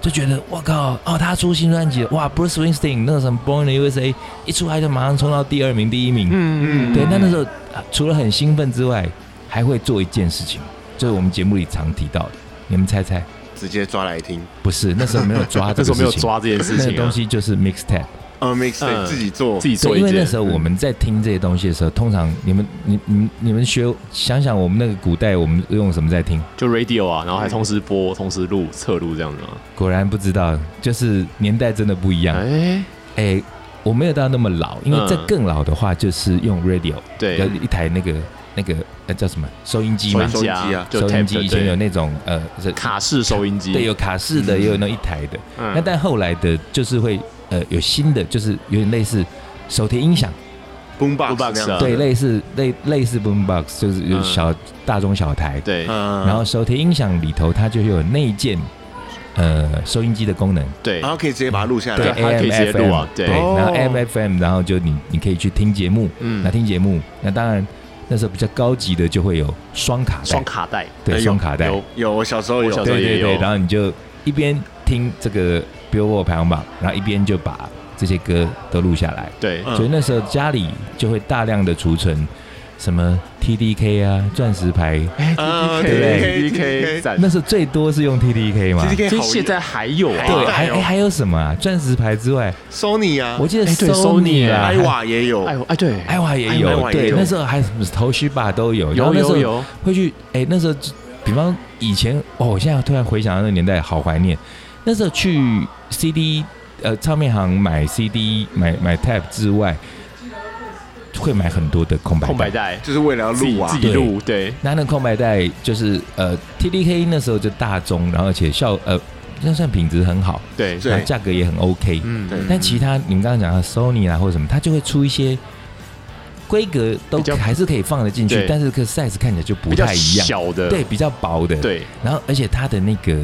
C: 就觉得我靠，哦，他出新专辑了，哇，Bruce Springsteen 那个什么 Born in the USA 一出来就马上冲到第二名、第一名，
B: 嗯
C: 对，那那时候啊除了很兴奋之外，还会做一件事情，就是我们节目里常提到的，你们猜猜？
A: 直接抓来听。
C: 不是，那时候没有抓这
B: 那时
C: 个
B: 候没
C: 事
B: 有
C: 情，
B: 抓这件事
C: 那个
B: 情啊
C: 东，西就是 mixtape，
A: 呃 mixtape
B: 嗯
A: 自己做，
B: 自己做
C: 对，
B: 一
C: 因为
B: 件
C: 那时候我们在听这些东西的时候，通常你们、你、你们、你们学想想，我们那个古代我们用什么在听？
B: 就 radio 啊，然后还同时播、同时录、侧录这样子啊嘛。
C: 果然不知道，就是年代真的不一样。哎、
B: 哎，
C: 我没有到那么老，因为
B: 嗯
C: 这更老的话就是用 radio，
B: 对
C: 有、，一台那个那个呃叫什么收音机嘛，
A: 收音机啊
B: 就
C: 收
B: tape
C: 音
B: 的
C: 机以前有
B: 对
C: 那种呃是
B: 卡式收音机，
C: 对，有卡式的，
A: 嗯
C: 也有那一台的。
B: 嗯
C: 那但后来的就是会呃有新的，就是有点类似手提音响，
A: boombox
B: Boombox
A: 那样子
B: 啊
C: 对，类似类类似 boombox，就是有
B: 嗯
C: 小、大中小台。
B: 对
A: 嗯，
C: 然后手提音响里头它就有内建呃收音机的功能，
B: 对
A: 然后可以直接把它录下
B: 嗯对
A: 来，
B: 它可以
C: AM
B: 直接录啊
C: FM
B: 对
C: 对，然后
A: 哦
C: M F M，然后就你你可以去听节目，那
B: 嗯，
C: 听节目，那当然那时候比较高级的就会有双卡带
B: 双，卡带，
A: 哎
C: 对，
A: 呦
C: 双卡带，
B: 有
A: 有我小时候有
B: 我小时候
C: 对
B: 也
C: 对对，
B: 有
C: 然后你就一边听这个 Billboard 排行榜，然后一边就把这些歌都录下来，
B: 对，
A: 嗯
C: 所以那时候家里就会大量的储存什么 T D K 啊、钻石牌，
A: 啊
B: T D
C: 对
B: K T D
A: TDK
B: K 赞，
C: 那时候最多是用 T D K 嘛。
A: ，T D K
B: 其实
A: 好
B: 现在还有啊，
C: 对，还
A: 哎呦
C: 哎还有什么啊？钻石牌之外，
A: Sony 啊，
C: 我记得
B: 哎对
C: Sony 啊，
A: 艾瓦也有，
B: 哎我哎对，
C: 艾瓦也
A: 艾
C: 有，
A: 瓦也
C: 对，
A: 有
C: 那时候还有什么头须把都有，然后
B: 有
C: 那时
B: 有
C: 候
B: 有，
C: 会去，哎，那时候就比方以前，哦，我现在突然回想到那个年代，好怀念。那时候去 CD 呃唱片行买 CD 买买 Tab 之外，会买很多的空白
B: 空白
C: 带。
B: 带
A: 就是为了要
B: 自己
A: 录啊
B: 自，己录，对，
C: 那那个空白带就是呃 TDK 那时候就大众，然后而且效呃那算品质很好，
B: 对
A: 对
C: 然后价格也很 OK。
B: 嗯
A: 对
C: 但其他你们刚刚讲的 Sony 啊或者什么，它就会出一些规格都
B: 比较
C: 还是可以放得进去
B: 对，
C: 但是个 size 看起来就不
B: 比较
C: 太一样，
B: 小的，
C: 对，比较薄的，。
B: 对，
C: 然后而且它的那个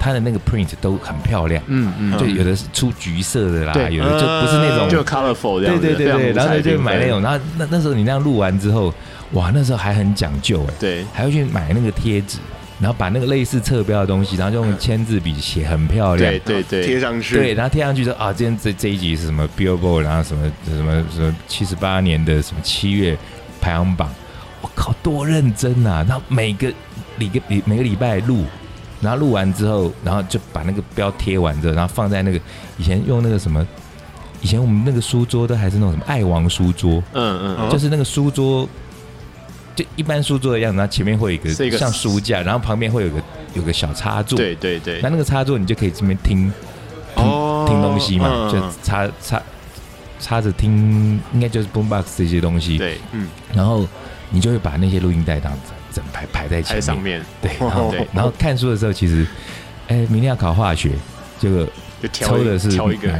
C: 它的那个 print 都很漂亮，
B: 嗯嗯
C: 就有的是出橘色的啦，
B: 对呃
C: 有的就不是那种
B: 就 colorful 这样
C: 对
B: 子，
C: 对对
B: 非常
C: 对，
B: 五
C: 然后
B: 彩
C: 就
B: 缤
C: 买那
B: 纷
C: 种，，然后那那时候你那样录完之后，哇，那时候还很讲究哎，
B: 对
C: 还要去买那个贴纸，然后把那个类似侧标的东西，然后用签字笔写很漂亮
B: 对，对
A: 贴
B: 对，
A: 上
C: 对，
A: 去，
C: 然后贴上去说啊，今天这这一集是什么 Billboard，然后什么什么什么七十八年的什么七月排行榜，我靠，多认真啊！然后每个礼个礼每个礼拜录，然后录完之后，然后就把那个标贴完之后，然后放在那个以前用那个什么，以前我们那个书桌都还是那种什么爱王书桌，
B: 嗯嗯，
A: 嗯
C: 就是那个书桌。就一般书桌的样子，然后前面会有一
B: 是一个
C: 个像书架，然后旁边会有个有个小插座，
B: 对对对
C: 那，那个插座你就可以这边听
A: 哦
C: 听东西嘛，
A: 嗯
C: 就插插插着听，应该就是 boombox 这些东西。，
B: 对，
C: 然后你就会把那些录音带当整整排排在
B: 还在
C: 前
B: 上
C: 面。
B: 面
C: 对，然 后
B: 对
C: 然后看书的时候，其实，哎，明天要考化学，结果
B: 就挑
C: 抽
B: 一
C: 的是嗯
B: 挑一个，
C: 哪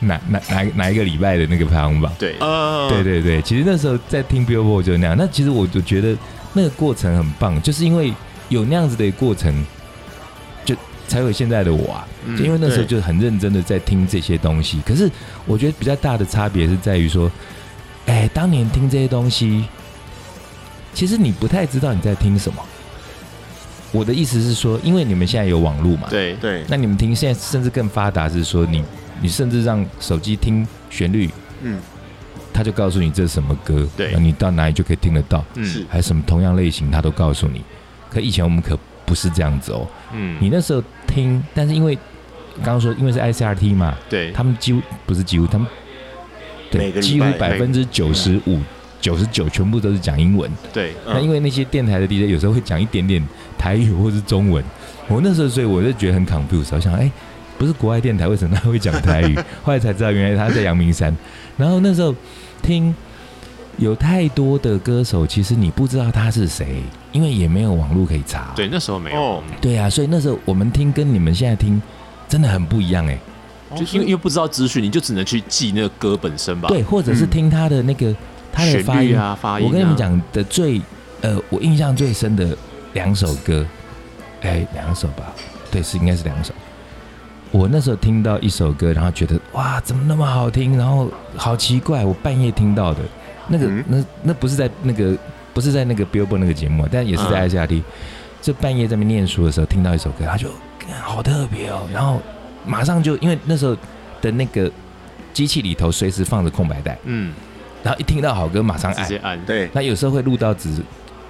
C: 哪哪哪哪一个礼拜的那个排行榜。
B: 对，
A: 嗯
C: 对，对对，其实那时候在听 Billboard 就那样。那其实我就觉得那个过程很棒，就是因为有那样子的过程，就才有现在的我啊。
B: 嗯
C: 就因为那时候
A: 对
C: 就很认真的在听这些东西，可是我觉得比较大的差别是在于说，哎，当年听这些东西，其实你不太知道你在听什么。我的意思是说，因为你们现在有网络嘛，
B: 对对
A: 对，
C: 那你们听现在甚至更发达是说你，你甚至让手机听旋律，
A: 嗯，
C: 他就告诉你这是什么歌，
B: 对
C: 然后你到哪里就可以听得到，
A: 是
B: 嗯
C: 还有什么同样类型，他都告诉你。可以前我们可不是这样子哦，你
B: 嗯，
C: 那时候听，但是因为刚刚说因为是 ICRT 嘛，
B: 对
C: 他们几乎不是几乎，他们
A: 每
C: 对
A: 个礼
C: 几乎
A: 拜
C: 百分之九十五、九十九全部都是讲英文。
B: 对
A: 嗯
C: 那因为那些电台的 DJ 有时候会讲一点点台语或是中文，我那时候所以我就觉得很 confused，我想哎、不是国外电台为什么他会讲台语？后来才知道原来他在阳明山。然后那时候听有太多的歌手，其实你不知道他是谁，因为也没有网络可以查。
B: 对，那时候没有
A: 哦，
C: 对啊，所以那时候我们听跟你们现在听真的很不一样哎、
B: 就因为因为不知道资讯，你就只能去记那个歌本身吧，
C: 对，，或者是
A: 嗯
C: 听他的那个、他的发
B: 旋律
C: 音
B: 啊发音啊，
C: 我跟你们讲的最呃，我印象最深的两首歌，哎，两首吧，对，是应该是两首。我那时候听到一首歌，然后觉得哇，怎么那么好听？然后好奇怪，我半夜听到的那个，
A: 嗯
C: 那那不是在那个不是在那个 Billboard 那个节目，但也是在
B: 嗯
C: i 加 d 就半夜在那边念书的时候听到一首歌，他就干好特别哦，然后马上就因为那时候的那个机器里头随时放着空白带，
B: 嗯，
C: 然后一听到好歌马上
B: 直
C: 按
B: 接，按，
A: 对，
C: 那有时候会录到只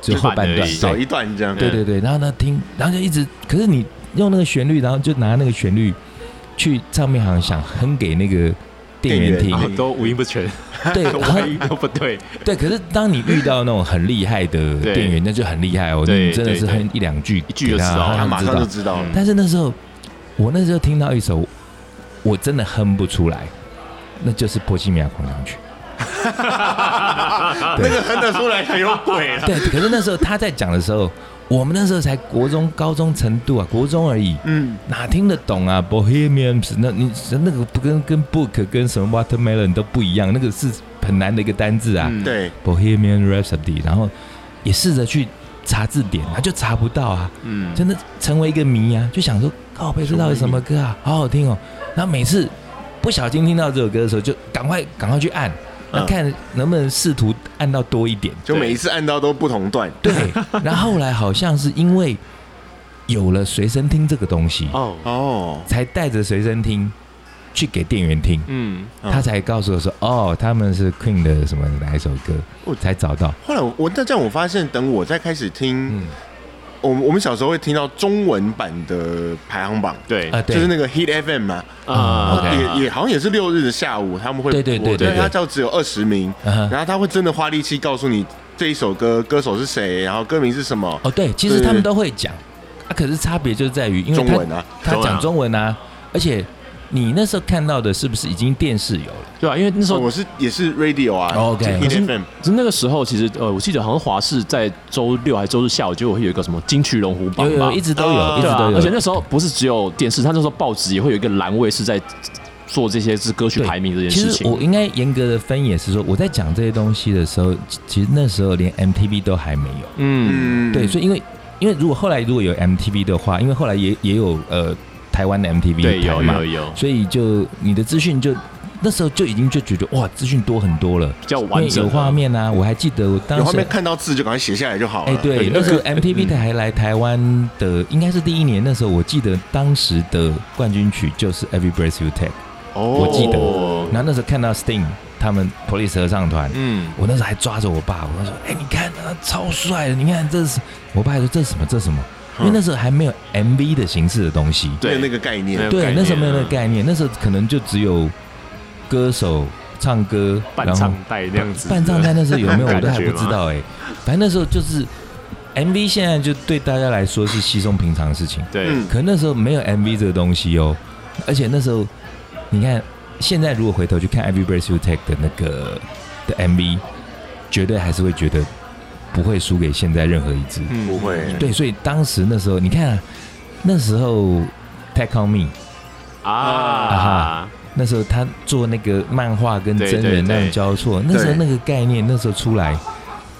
C: 只有后半
B: 一嗯半
C: 段
B: 而已，
A: 少
C: 对
A: 一段这样，
C: 对对对，然后呢听，然后就一直，可是你用那个旋律，然后就拿那个旋律去唱片行想哼给那个店员
A: 店员
C: 厅
B: 然后
A: 嗯
B: 都五音不全，
C: 对，然后
B: 外音都不 对，
C: 对，可是当你遇到那种很厉害的
B: 对
C: 店员，那就很厉害哦，
B: 对
C: 你真的是
B: 对对
C: 哼一两句，
B: 一句就知道嗯
A: 他
B: 他
A: 马上就。知道了。
C: 但是那时候，我那时候听到一首，我真的哼不出来，那就是《波西米亚狂想曲》。
A: 啊那个哼得出来很有鬼了。
C: 对，可是那时候他在讲的时候，我们那时候才国中、高中程度啊，国中而已，
A: 嗯，
C: 哪听得懂啊？Bohemian，那你那个不跟跟 book 跟什么 watermelon 都不一样，那个是很难的一个单字啊。
B: 嗯
A: 对，
C: Bohemian Rhapsody，然后也试着去查字典啊，就查不到啊，
B: 嗯，
C: 真的成为一个谜啊，就想说靠背这到底什么歌啊，好好听哦。然后每次不小心听到这首歌的时候，就赶快赶快去按，那
A: 嗯
C: 看能不能试图按到多一点。
A: 就每一次按到都不同段。
C: 对，然后后来好像是因为有了随身听这个东西，
B: 哦，
A: 哦，
C: 才带着随身听去给店员听，
B: 嗯，
A: 嗯
C: 他才告诉我说，哦，他们是 Queen 的什么哪一首歌
A: 哦，
C: 才找到。
A: 后来我我那这样我发现，等我再开始听，
C: 嗯，
A: 我们我们小时候会听到中文版的排行榜，
B: 对
C: 啊，
A: 呃就是那
C: 对，
A: 个 Hit FM 嘛，
C: 啊
B: 啊，
A: 也也好像也是六日的下午他们会播，
C: 对对对对
A: 但是它
C: 对
A: 叫只有二十名，
C: 嗯哼
A: 然后他会真的花力气告诉你这一首歌歌手是谁，然后歌名是什么，
C: 哦对，其实他们都会讲，啊，可是差别就在于，因为
A: 中
C: 他
A: 文啊，
C: 他
B: 中文啊
C: 讲中文啊，而且你那时候看到的是不是已经电视有了？
B: 对啊，因为那时
A: 哦
B: 候
A: 我是也是 Radio 啊
C: 哦 OK
A: 就
C: 可
A: Hit
B: 是
A: FM
B: 就那个时候，其实呃，我记得好像华视在周六还是周日下午就会有一个什么金曲龙虎榜
C: 有有
B: 吧
C: 有，哦一直都
A: 啊
C: 有，一直
B: 对啊
C: 都，有。
B: 而且那时候不是只有电视，他那时候报纸也会有一个栏位是在做这些是歌曲
C: 对
B: 排名这件
C: 其
B: 事
C: 实
B: 情。
C: 我应该严格的分也是说，我在讲这些东西的时候，其其实那时候连 MTV 都还没有。
B: 嗯，
A: 嗯
C: 对，所以因为因为如果后来如果有 MTV 的话，因为后来也也有呃台湾的 MTV
B: 对，有
C: 台嘛
B: 有，有，
C: 所以就你的资讯就那时候就已经就觉得哇，资讯多很多了，
B: 比较
C: 因为
B: 完整
C: 有画。面啊，我还记得我
A: 有
C: 当
A: 后
C: 时
A: 面。看到字就赶快写下来就好了。
C: 哎，
B: 对
C: 对，那时候
B: 那个
C: MTV 台还来台湾的，应该是第一年。那时候我记得当时的冠军曲就是《Every Breath You Take》，
A: 哦，
C: 我记得
A: 哦
C: 然后那时候看到 Sting 他们 Police 合唱团，
B: 嗯，
C: 我那时候还抓着我爸，我说：“哎、你看他超帅的，你看这是……”我爸还说：“这是什么？这是什么？”因为那时候还没有 MV 的形式的东西，
A: 没
B: 对
A: 有那个概
B: 没
A: 念
B: 有，概
C: 对，
B: 念
C: 那时候没有那个概念，那时候可能就只有歌手唱歌，
B: 半
C: 然
B: 唱
C: 后
B: 带那样子，
C: 半唱在那时候有没有我都
B: 感
C: 还
B: 觉
C: 不
B: 吗
C: 知道 哎、反正那时候就是 MV，现在就对大家来说是稀松平常的事情，
B: 对
A: 嗯，
C: 可那时候没有 MV 这个东西哦，而且那时候你看，现在如果回头去看《Every Breath You Take》的那个的 MV，绝对还是会觉得不会输给现在任何一支。
B: 嗯
A: 不会
C: 对，所以当时那时候你看、啊，那时候《Take On Me》，
B: 啊，
C: 那时候他做那个漫画跟
B: 对
C: 真
B: 对
C: 人那
B: 对
C: 样交错，那时候那个概念那时候出来。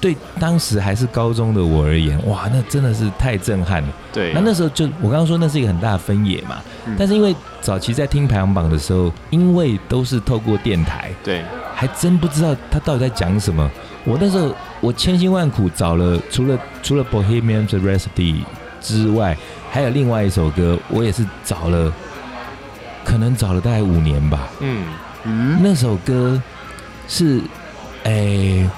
C: 对，当时还是高中的我而言，哇，那真的是太震撼了。
B: 对，啊
C: 那那时候就我刚刚说那是一个很大的分野嘛，
A: 嗯
C: 但是因为早期在听排行榜的时候，因为都是透过电台，
B: 对，
C: 还真不知道他到底在讲什么。我那时候我千辛万苦找了，除了除了 Bohemian Rhapsody 之外，还有另外一首歌，我也是找了，可能找了大概五年吧。
B: 嗯，
A: 嗯，
C: 那首歌是，诶、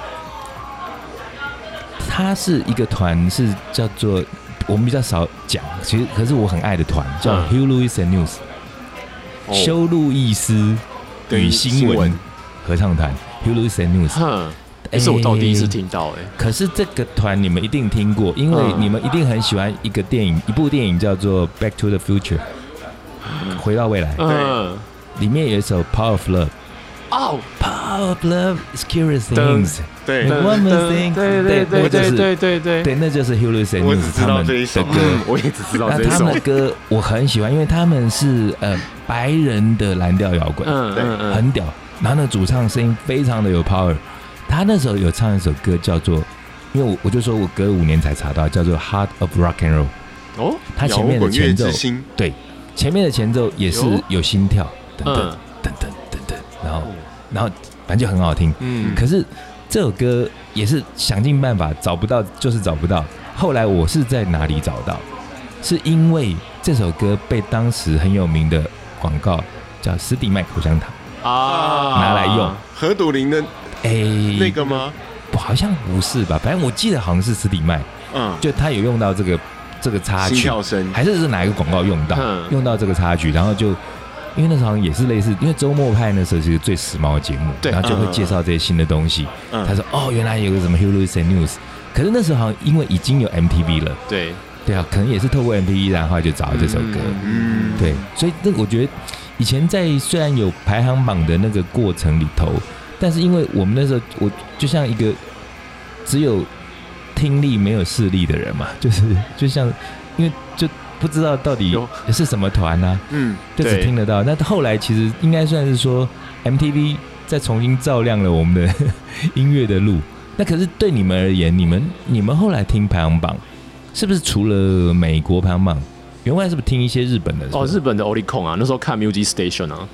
C: 它是一个团，是叫做我们比较少讲，其实可是我很爱的团叫
B: 嗯
C: Hugh Lewis and News，、
A: 哦
C: 修路易斯与新闻合唱团 Hugh Lewis and News。
B: 哼，啊
C: 哎
B: 这是我到第一次
C: 诶
B: 听到，哎，
C: 可是这个团你们一定听过，因为
B: 嗯
C: 你们一定很喜欢一个电影，一部电影叫做《Back to the Future》，回到未来，
B: 嗯，
C: 里面有一首《Power of Love》
B: 哦，
C: ，Power of Love is
B: 噔
C: curious things。
A: 对，
C: 那 One more thing，
B: 对对
C: 对
B: 对
C: 那就是
B: 对对对对，
C: 对，那就是 Hulu s a n
A: 我
C: e
A: 只
C: s
A: 知
C: 他
A: 道
C: 们
A: 这一
C: 的
A: 首，
C: 歌
A: 嗯。我也只知道
C: 那
A: 这一
C: 他
A: 首
C: 们的。歌我很喜欢，因为他们是呃白人的蓝调摇滚，
B: 嗯嗯嗯，
C: 很屌。然后那主唱声音非常的有 power。他那时候有唱一首歌叫做，因为我我就说我隔了五年才查到，叫做《Heart of Rock and Roll》。
B: 哦，
C: 他
A: 摇
C: 前面的
A: 滚乐
C: 前奏
A: 之，星，
C: 对，前面的前奏也是
B: 有
C: 有心跳，噔噔
B: 嗯
C: 噔噔噔噔，然后然后反正就很好听。
B: 嗯，
C: 可是这首歌也是想尽办法找不到，就是找不到。后来我是在哪里找到？是因为这首歌被当时很有名的广告叫史迪麦口香糖
B: 啊，
C: 嗯拿来用。
A: 何笃林的
C: 哎、
A: 那个吗？
C: 好像不是吧？反正我记得好像是史迪麦，
A: 嗯，
C: 就他有用到这个这个插
A: 心
C: 曲，
A: 跳声，
C: 还是是哪一个广告用到
B: 嗯
C: 用到这个插曲，然后就因为那时候好像也是类似，因为周末派那时候是最时髦的节目，
B: 对
C: 然后就会介绍这些新的东西。
A: 嗯
C: 他说：“哦，原来有个什么 Hulu s News。”可是那时候好像因为已经有 MTV 了，
B: 对，
C: 对啊，可能也是透过 MTV，然后就找到这首歌。
A: 嗯，
B: 嗯
C: 对，所以那个我觉得以前在虽然有排行榜的那个过程里头，但是因为我们那时候我就像一个只有听力没有视力的人嘛， 就是就像因为就不知道到底
B: 有
C: 是什么团啊，
A: 嗯，
C: 就只
B: 对
C: 听得到。那后来其实应该算是说 MTV 再重新照亮了我们的音乐的路。那可是对你们而言，你们你们后来听排行榜，是不是除了美国排行榜，原来是不是听一些日本的？
B: 哦，日本的 o l i c o n 啊，那时候看 Music Station 啊，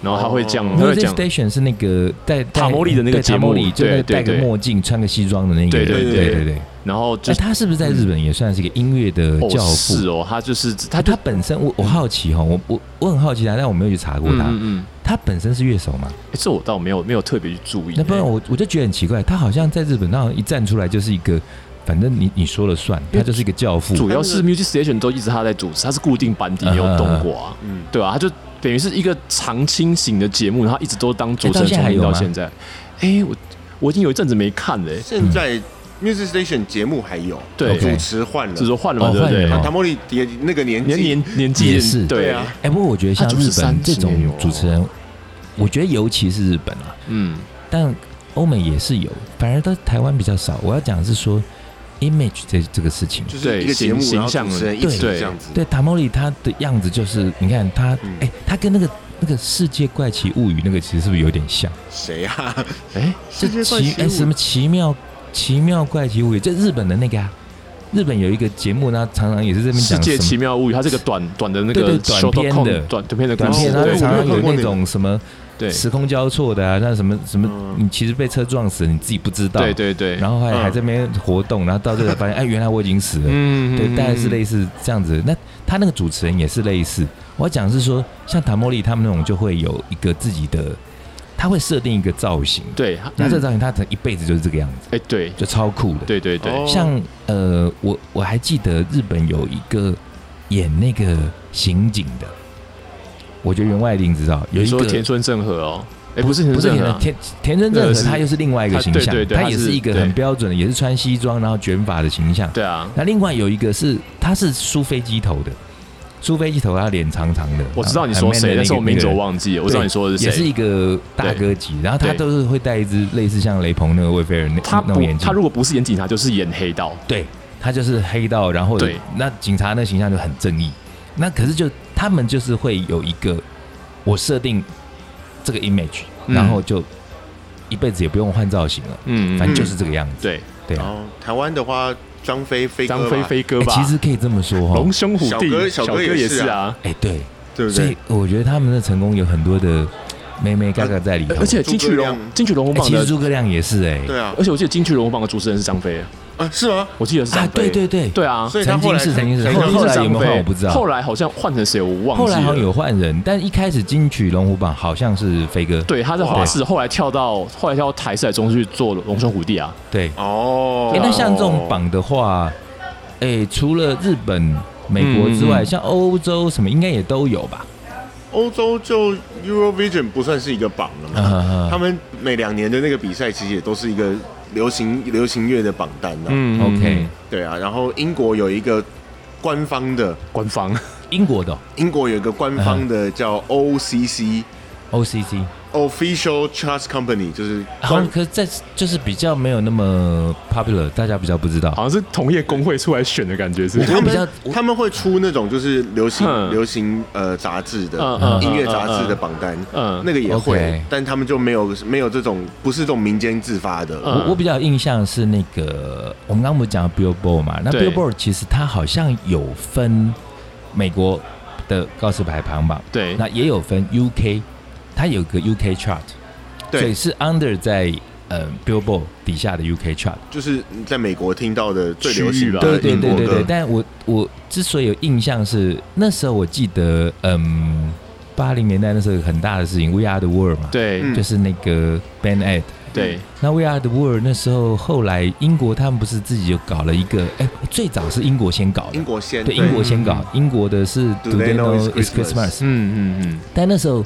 B: 然后他会讲，他会
C: Music
B: 讲，
C: 嗯 Station 是那个戴戴
B: 塔莫利的那个
C: 对
B: 节
C: 塔
B: 目
C: 莫利，就那
B: 对
C: 个
B: 对
C: 戴个
B: 对
C: 墨镜、穿个西装的那个。
B: 对
A: 对
C: 对
A: 对
C: 对对。
B: 然后就嗯
C: 哎，他是不是在日本也算是一个音乐的
B: 哦
C: 教父？
B: 是哦，他就是他
C: 他
B: 就
C: 他本身，我我好奇哈，我我我很好奇啊他，但我没有去查过
B: 嗯
C: 他。
B: 嗯嗯，
C: 他本身是乐手吗？
B: 诶这我倒没有没有特别去注意，欸
C: 那不然我我就觉得很奇怪，他好像在日本，那一站出来就是一个，反正你你说了算，他就是一个教父。
B: 主要是 Music Station 都一直他在主持，他是固定班底，没有动过啊，
A: 嗯
B: 对啊，他就等于是一个常青型的节目，然后一直都当主持人，
C: 哎到现在
B: 从
C: 还
B: 零
C: 有吗
B: 到现在。哎，我我已经有一阵子没看了，哎
A: 现在 Music Station 节目还有，
B: 对
A: 主持换了，啊
B: 只是说换了嘛，
C: 哦
B: 对不
C: 换了
B: 对
C: 哦？
A: 塔莫利也那个年纪，
B: 年年年纪
C: 也是
B: 对
A: 对啊，
C: 哎、不过我觉得像
B: 他
C: 日
B: 93
C: 本这种
A: 啊
B: 年哦
C: 主持人，我觉得尤其是日本啊，
B: 嗯，
C: 但欧美也是有，反而到台湾比较少。我要讲的是说，image 这这个事情，
A: 就是
B: 对
A: 一个节目，
B: 形
A: 然后
B: 形
A: 主持人一
C: 象
A: 起
B: 对
A: 这样子，
C: 对塔莫里他的样子就是，你看他，哎、
A: 嗯
C: 他跟那个那个《世界怪奇物语》那个其实是不是有点像？
A: 谁啊？
B: 哎，
C: 这
A: 世界怪
C: 奇
A: 奇
C: 哎、
A: 物
C: 什么奇妙奇妙怪奇物语？这日本的那个啊，日本有一个节目，呢，常常也是这边
B: 世
C: 讲
B: 界
C: 什
B: 奇
C: 么
B: 妙物语，它是一个短短的那
C: 对
B: 个
C: 对短
B: short
C: 片
B: con-
C: 的
B: 短短片的
C: 短
B: 故事
C: 片，然后
A: 哦对
C: 常常有
A: 我有
C: 那
A: 看过
C: 种什么
B: 对
C: 时空交错的啊，那什么什么
A: 嗯，
C: 你其实被车撞死，你自己不知道，
B: 对对对，
C: 然后还
A: 嗯
C: 还在那边活动，然后到最后发现，哎，原来我已经死了，
B: 嗯
C: 对，大概是类
B: 似
C: 似这样子。那他那个主持人也是类似。我要讲的是说，像塔莫利他们那种就会有一个自己的，他会设定一个造型，
B: 对，
C: 那这个造型他可能一辈子就是这个样子，
B: 哎对
C: 就超酷的。
B: 对对对
A: 哦，
C: 像呃，我我还记得日本有一个演那个刑警的，我觉得员外一定知道，有
B: 你
C: 一
B: 说
C: 个
B: 田村正和哦，哎不是田
C: 不是
B: 村
C: 田
B: 正和啊
C: 村，田田村正
B: 呃
C: 和，
B: 是
C: 他又是另外一个
B: 他
C: 形
B: 对
C: 象
B: 对，对
C: 他
B: 他
C: 也
B: 是
C: 是一个
B: 对
C: 很标准的，也是穿西装然后卷发的形象。
B: 对啊，
C: 那另外有一个是他是梳飞机头的，梳飞机头，他脸长长的。
B: 我知道你
C: 很
B: 说
C: man 的
B: 谁，但是
C: 那
B: 我
C: 个
B: 名字
C: 那
B: 我
C: 个
B: 忘记了，我知道
C: 对
B: 你说的
C: 也是
B: 谁。
C: 一个大哥级，然后他
B: 对
C: 都是会戴一只类似像雷朋那个魏菲尔那
B: 他
C: 那
B: 不
C: 种眼，镜
B: 他。如果不是演警察，就是演黑道。
C: 对他就是黑道，然后
B: 对
C: 那警察那形象就很正义。那可是就他们就是会有一个我设定这个 image，、
B: 嗯
C: 然后就一辈子也不用换造型了，
B: 嗯，
C: 反正就
B: 嗯
C: 是这个样子。
B: 对，
C: 对
A: 然
C: 啊，
A: 后台湾的话，张飞飞哦哥吧
B: 张飞飞哥
C: 哎
B: 吧，
C: 其实可以这么说哈、哦
B: 龙。兄虎
A: 小
B: 弟，
A: 哥
B: 小
A: 小
B: 哥
A: 哥也
B: 也
A: 是
B: 是啊。
C: 哎、对，
A: 对不
C: 所以
A: 对？
C: 我觉得他们的成功有很多的妹妹嘎嘎在里头，
B: 而且
A: 嗯诸
B: 金曲
A: 葛
B: 龙
A: 亮
B: 金曲龙虎
C: 哎
B: 榜
C: 其实
B: 的，
C: 诸葛亮也是哎、
A: 对啊
B: 而，且我记得金曲龙虎榜的主持人是张飞，
A: 啊是吗？
B: 我记得是张
C: 啊，
B: 飞。
C: 对对对，
B: 对啊，
A: 所以他
C: 曾
A: 后
C: 经
A: 来
C: 是曾经是，
A: 才
C: 后
A: 才
C: 后来
B: 是
C: 有没
B: 张
C: 有
B: 飞
C: 换我不知道，
B: 后来好像换成谁我忘
C: 后
B: 记
C: 来好像
B: 了。
C: 有换人，但一开始金曲龙虎榜好像是飞哥，
B: 对，他在华视，后来跳到后来跳到台视来中视去做龙兄虎弟啊。
C: 对。
A: 哦
C: 哎，那像这种榜的话，哎，除了日本、美国之
B: 嗯嗯
C: 外，
B: 嗯
C: 像欧洲什么应该也都有吧？
A: 欧洲就 Eurovision 不算是一个榜了
C: 啊
A: 嘛，
C: 啊
A: 他们每两年的那个比赛其实也都是一个流行流行乐的榜单呐、
B: 嗯
C: OK，
A: 对啊，然后英国有一个官方的，
B: 官方
C: 英国的哦
A: 英国有一个官方的叫
C: 嗯
A: OCC、
C: OCC，
A: Official Charts Company，就是
C: 好像可是在就是比较没有那么 popular，大家比较不知道。
B: 好像是同业工会出来选的感觉是。
A: 他
C: 我比较
A: 们他们会出那种就是流行、
B: 嗯
A: 流行呃杂志的、
B: 嗯嗯
A: 音乐杂
B: 嗯
A: 志
B: 嗯
A: 的榜单，
B: 嗯，
A: 那个也会
C: OK
A: 但他们就没有没有这种不是这种民间自发的，
B: 嗯
C: 我我比较有印象是那个，我们刚刚不是讲到 Billboard 嘛？那
B: 对
C: Billboard 其实它好像有分美国的告示牌排行榜，
B: 嗯对
C: 那也有分 UK，它有个 UK chart，
A: 对
C: 所以是 under 在呃 Billboard 底下的 UK chart。
A: 就是你在美国听到的最流行的
B: 区域吧
C: 对
B: 呃
C: 对
A: 啊英
C: 对
A: 国
C: 对对
A: 歌，，
C: 但我我之所以有印象是那时候我记得，嗯，八零年代那时候有很大的事情，We Are the World 嘛，，
B: 对
A: 嗯
C: 就是那个 Ben Ed
B: 对，
C: 那 We Are the World 那时候后来英国他们不是自己就搞了一个，哎、最早是英国先搞的
A: 英，国先
C: 对，英国先搞，英国的是 Do
A: Do They
C: They
A: Know
C: Know
A: It's
C: It's Christmas？
A: 嗯嗯
C: 但那时候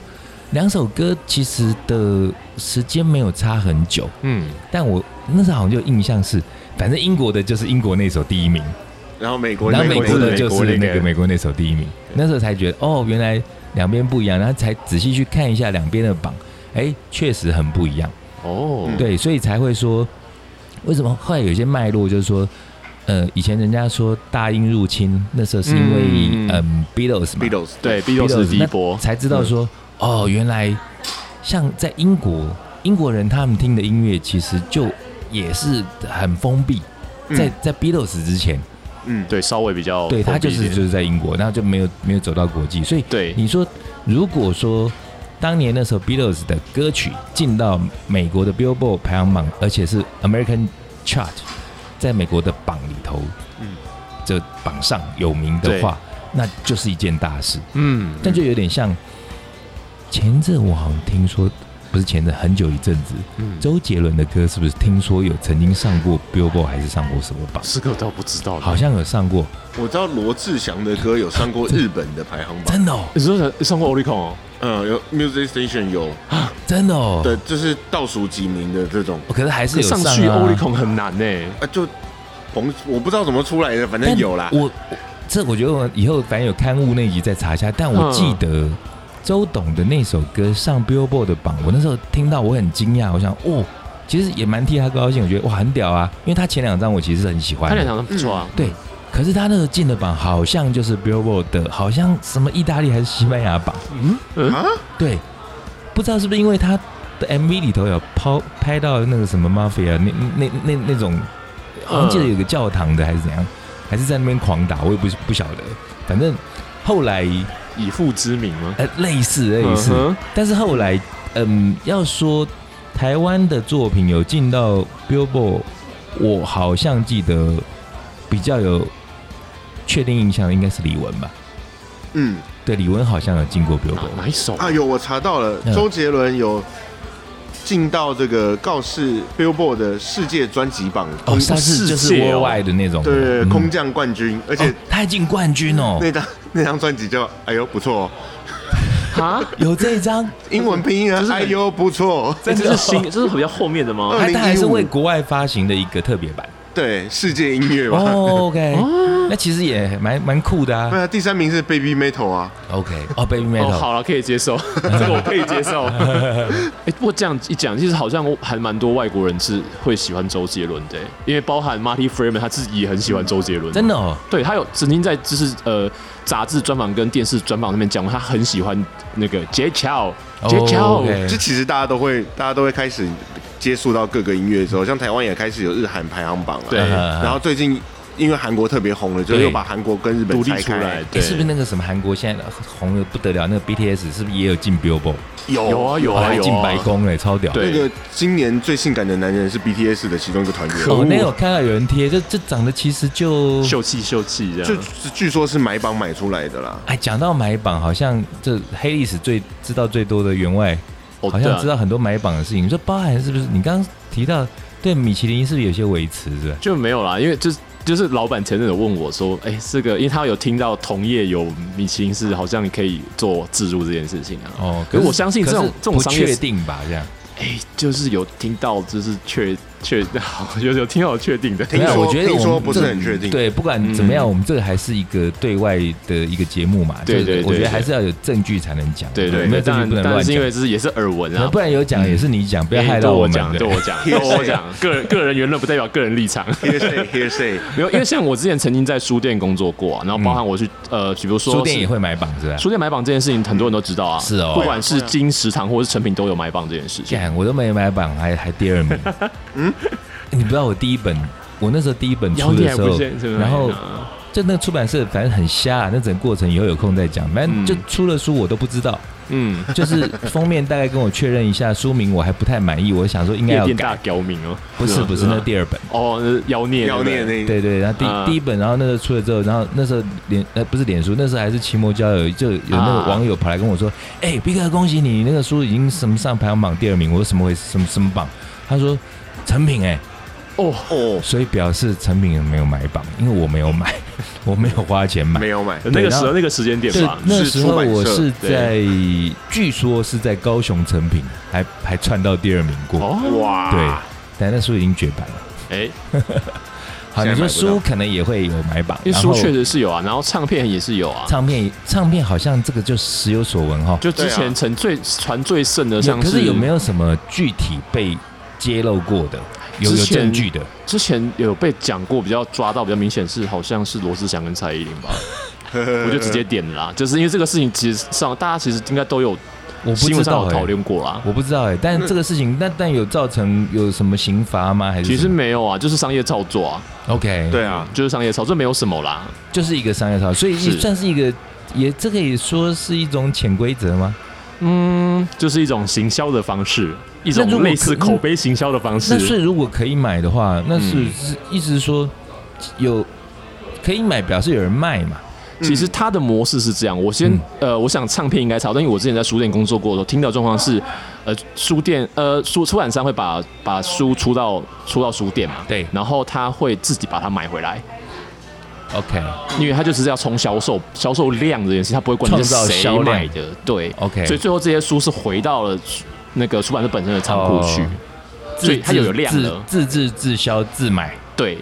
C: 两首歌其实的时间没有差很久，
B: 嗯，
C: 但我那时候好像就印象是，反正英国的就是英国那首第一名，
A: 嗯，然后美国
C: 然后
A: 那
C: 美
A: 个
C: 国
A: 是
C: 的就
B: 美国
C: 是
B: 那个
C: 那个美国那首第一名，那时候才觉得哦，原来两边不一样，然后才仔细去看一下两边的榜，哎，确实很不一样。
B: 哦，
A: 嗯，
C: 对，所以才会说，为什么后来有一些脉络就是说，呃，以前人家说大英入侵，那时候是因为
A: 嗯嗯
C: 嗯
A: 嗯
C: Beatles 嘛
A: Beatles
B: 对，Beatles 是第一波嗯
C: 那，才知道说，哦，原来像在英国，英国人他们听的音乐其实就也是很封闭，
B: 嗯
C: 在、在 Beatles 之前，
A: 嗯
B: 对，稍微比较
C: 对他
B: 哦封闭一
C: 就是
B: 点
C: 就是在英国，然后就没有没有走到国际，所以
B: 对，
C: 你说，如果说当年那时候 Beatles 的歌曲进到美国的 Billboard 排行榜，而且是 American Chart，在美国的榜里头，
A: 嗯
C: 嗯，这榜上有名的话，那就是一件大事。
B: 嗯，
C: 但就有点像前阵我好像听说，不是前阵，很久一阵子，
B: 嗯
C: 周杰伦的歌是不是听说有曾经上过 Billboard 还是上过什么榜？
B: 这个我倒不知道，
C: 好像有上过，
A: 我知道罗志祥的歌有上过日本的排行榜，
C: 真的哦，
B: 你说上上过 Oricon 哦，
A: 嗯，有 Music Station 有
C: 真的哦。
A: 的，就是倒数几名的这种，
C: 哦可是还是
B: 可
C: 有上、
B: 上
C: 啊、
B: 去 Oricon 很难呢，
A: 啊，就冯我不知道怎么出来的，反正
C: 但
A: 有啦。
C: 我我这我觉得我以后反正有刊物那集再查一下，但我记得周董的那首歌上 Billboard 的榜，我那时候听到我很惊讶，我想哦，其实也蛮替他高兴，我觉得哇很屌啊，因为他前两张我其实是很喜欢
B: 他
C: 的，
B: 俩长得不错啊，
C: 对。可是他那个进的榜好像就是 Billboard 的，好像什么意大利还是西班牙榜，
B: 嗯嗯，
A: 啊，
C: 对，不知道是不是因为他的 MV 里头有抛拍到那个什么 mafia 那那那那那种，好
B: 嗯
C: 呃像记得有个教堂的还是怎样，还是在那边狂打，我也不不晓得。反正后来
B: 以父之名吗？
C: 呃类似类似，
B: 嗯哼
C: 但是后来嗯要说台湾的作品有进到 Billboard，我好像记得比较有确定印象的应该是李玟吧。
A: 嗯
C: 对，李玟好像有进过
B: 哪
C: Billboard，
B: 哪一首
A: 啊，有我查到了，
C: 嗯
A: 周杰伦有进到这个告示 Billboard 的世界专辑榜，
C: 哦，
A: 空
C: 上次就是
B: 世界哦
C: Worldwide 的那种，
A: 对
C: 嗯
A: 空降冠军，而且
C: 哦他还进冠军哦，
A: 那张那张专辑叫哎呦不错哦，
B: 啊？
C: 有这 一张，
A: 英文拼音啊
B: 这，是
A: 哎呦不错哦，
B: 哎这是新，这是比较后面的吗？
C: 哎
A: 2015
C: 他还是为国外发行的一个特别版。
A: 对，世界音乐吧。
C: 哦 OK，那
B: 啊
C: 其实也蛮蛮酷的
A: 对
C: 啊。
A: 啊，第三名是 Baby Metal 啊，
C: OK，哦，Baby
B: 哦，
C: Metal，
B: 好了，可以接 受，这个我可以接 受。哎、不过这样一讲，其实好像还蛮多外国人是会喜欢周杰伦的，因为包含 Marty Freeman 他自己也很喜欢周杰伦，
C: 真的。哦，
B: 对他有曾经在就是呃杂志专访跟电视专访那边讲过，他很喜欢那个 J. Chow，J.
C: 哦
B: Chow，
C: ，OK
A: 这其实大家都会，大家都会开始接触到各个音乐的时候，像台湾也开始有日韩排行榜了。啊
B: 对
A: 然后最近因为韩国特别红了，就又
C: 对
A: 把韩国跟日本
B: 独立
A: 拆
B: 出
A: 开
B: 来，
C: 诶
B: 对，
C: 是不是那个什么韩国现在红的不得了？那个 BTS 是不是也有进 Billboard？
A: 有
B: 有啊有啊
C: 哦还
B: 有啊
C: 进白宫嘞，超屌。哦
B: 对
A: 那个今年最性感的男人是 BTS 的其中一个团员，
C: 哦，那有看到有人贴，这这长得其实就……
B: 秀气秀气这
A: 就
B: 样？
A: 据说是买榜买出来的啦。
C: 哎，讲到买榜，好像这黑历史最知道最多的员外
B: 哦
C: 好
B: 对
C: 像
B: 啊
C: 知道很多买榜的事情。你说包含是不是？你刚刚提到对米其林是不是有些维持是吧？
B: 就没有啦，因为就是就是老板前阵有问我说，哎、这个因为他有听到同业有米其林是好像可以做自助这件事情啊。
C: 哦，
B: 可是我相信这种
C: 可是
B: 这种
C: 不
B: 商业
C: 确定吧？这样
B: 哎、就是有听到，就是确确 有有听到有确定的，
A: 听
C: 没有
A: 说
C: 我觉得
A: 听
C: 我
A: 说
C: 们
A: 不是
C: 这
A: 很确定。，
C: 对，
B: 嗯
C: 不管怎么样，我们这个还是一个对外的一个节目嘛。
B: 对
C: 就是
B: 对对
C: 我觉
B: 对
C: 得还是要有证据才能讲。
B: 对对
C: 没
B: 对，
C: 有
B: 当
C: 证据
B: 然
C: 不能
B: 当然
C: 乱
B: 是因
C: 讲
B: 为。这是也是耳闻
C: 那
B: 啊
C: 不。然有讲也是你讲，不要
B: 哎
C: 害
B: 对
C: 到
B: 我
C: 们
B: 讲，
C: 的
B: 对。我讲，对我 讲，个人个人言论不代表个人立场。
A: hearsay hearsay，
B: 没有，因为像我之前曾经在书店工作过、啊，然后包含我去呃，比如说
C: 嗯书店
B: 是
C: 也会买榜是吧？
B: 书店买榜这件事情，很多人都知道啊。
C: 是哦
B: 不管是金石堂或是成品都有买榜这件事情。
C: 干，我都没买榜，还还第二 名。嗯，你不知道我第一本，我那时候第一本
B: 然后
C: 出
B: 你
C: 的
B: 还
C: 时
B: 不啊
C: 候
B: 见，是不哎是，
C: 然后就那个出版社反正很瞎啊，那整个过程以后有空再讲。反正就
B: 嗯
C: 出了书我都不知道，
B: 嗯，
C: 就是封面大概跟我确认一下，书名我还不太满意，我想说应该
B: 夜
C: 要
B: 店
C: 改。
B: 大刁民哦，
C: 不是不是，那
B: 吗
C: 第二本。
B: 哦，那是妖孽，
A: 要念
B: 对
A: 那
C: 对对，然后第、
B: 啊
C: 第一本，然后那时候出了之后，然后那时候脸呃不是脸书，那时候还是奇摩交友，就有那个
B: 啊
C: 网友跑来跟我说：“哎、逼哥，恭喜你，你那个书已经什么上排行榜第二名。”我说：“什么回事？什么什么榜？”他说成品哎、
B: 哦哦，
C: 所以表示成品没有买榜，因为我没有买， 我没有花钱买
A: 没。有买，
B: 哦那个时
C: 然
B: 候
C: 后
B: 那个时间点
C: 对
B: 吧，，哦
C: 那
A: 是
C: 时
A: 出
C: 候
A: 版
C: 我
A: 社
C: 是在，据说是在高雄成品，还还窜到第二名过。
B: 哦
A: 哇，
C: 对，但那书已经绝版了。
B: 哎，
C: 好，
A: 现在买
C: 你说
A: 不到
C: 书可能也会有买榜，
B: 因为
C: 然
B: 书
C: 后
B: 确实是有啊，然后唱片也是有啊，
C: 唱片唱片好像这个就时有所闻哈。
B: 就之
A: 对啊
B: 前成最传最盛的，
C: 有
B: 像
C: 可是有没
B: 有
C: 有什么具体被揭露过的？有有
B: 之前
C: 证据的？
B: 之前有被讲过比较抓到比较明显是好像是罗志祥跟蔡依林吧， 我
A: 我
B: 就直接点了啦，就是因为这个事情其实上大家其实应该都有
C: 我不
B: 新
C: 知
B: 闻
C: 道
B: 上有
C: 哎、
B: 讨论过啦。
C: 我不知道哎、但这个事情，那但有造成有什么刑罚吗？还是
B: 其实
C: 什么
B: 没有啊，就是商业操作啊，
C: OK，
A: 对，啊，
B: 就是商业操作，没有什么啦。
C: 就是一个商业操作，所以
B: 是
C: 算是一个也这个也说是一种潜规则吗？
B: 嗯，就是一种行销的方式，一
C: 那如
B: 种
C: 果
B: 类似
C: 可
B: 口碑行销的方
C: 那所
B: 式。
C: 以如果可以买的话，那是、
B: 嗯
C: 是意思是说有可以买，表示有人卖嘛？
B: 其实它的模式是这样，我先、
C: 嗯
B: 呃，我想唱片应该差不多，因为我之前在书店工作过的时候，听到的状况是，呃，书店呃书出版商会把把书出到出到书店嘛，
C: 对
B: 然后他会自己把它买回来，
C: OK
B: 因为他就只是要冲销售销售量这件事，他不会管你是
C: 创造销
B: 谁
C: 量
B: 买的，对
C: OK
B: 所以最后这些书是回到了那个出版社本身的仓库去。
C: 哦
B: 所以它有有量
C: 自
B: 了
C: 自制自销自买。
B: 对，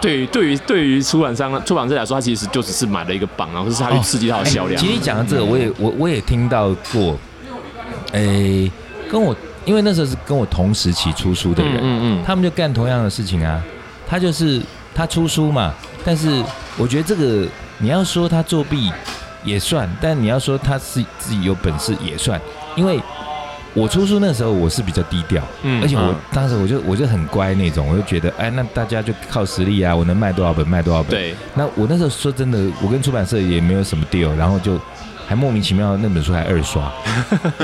B: 对于对于对于出版商出版社来说，他其实就只是买了一个榜，然后是他去刺激他的销量。
C: 哎其实讲到这个，我也我我也听到过，诶、跟我因为那时候是跟我同时期出书的人，
B: 嗯嗯嗯
C: 他们就干同样的事情啊。他就是他出书嘛，但是我觉得这个你要说他作弊也算，但你要说他是自己有本事也算，因为我出书那时候我是比较低调，
B: 嗯
C: 而且我
A: 嗯
C: 当时我就我就很乖那种，我就觉得哎，那大家就靠实力啊，我能卖多少本卖多少本。
B: 对，
C: 那我那时候说真的，我跟出版社也没有什么 deal，然后就还莫名其妙那本书还二 刷，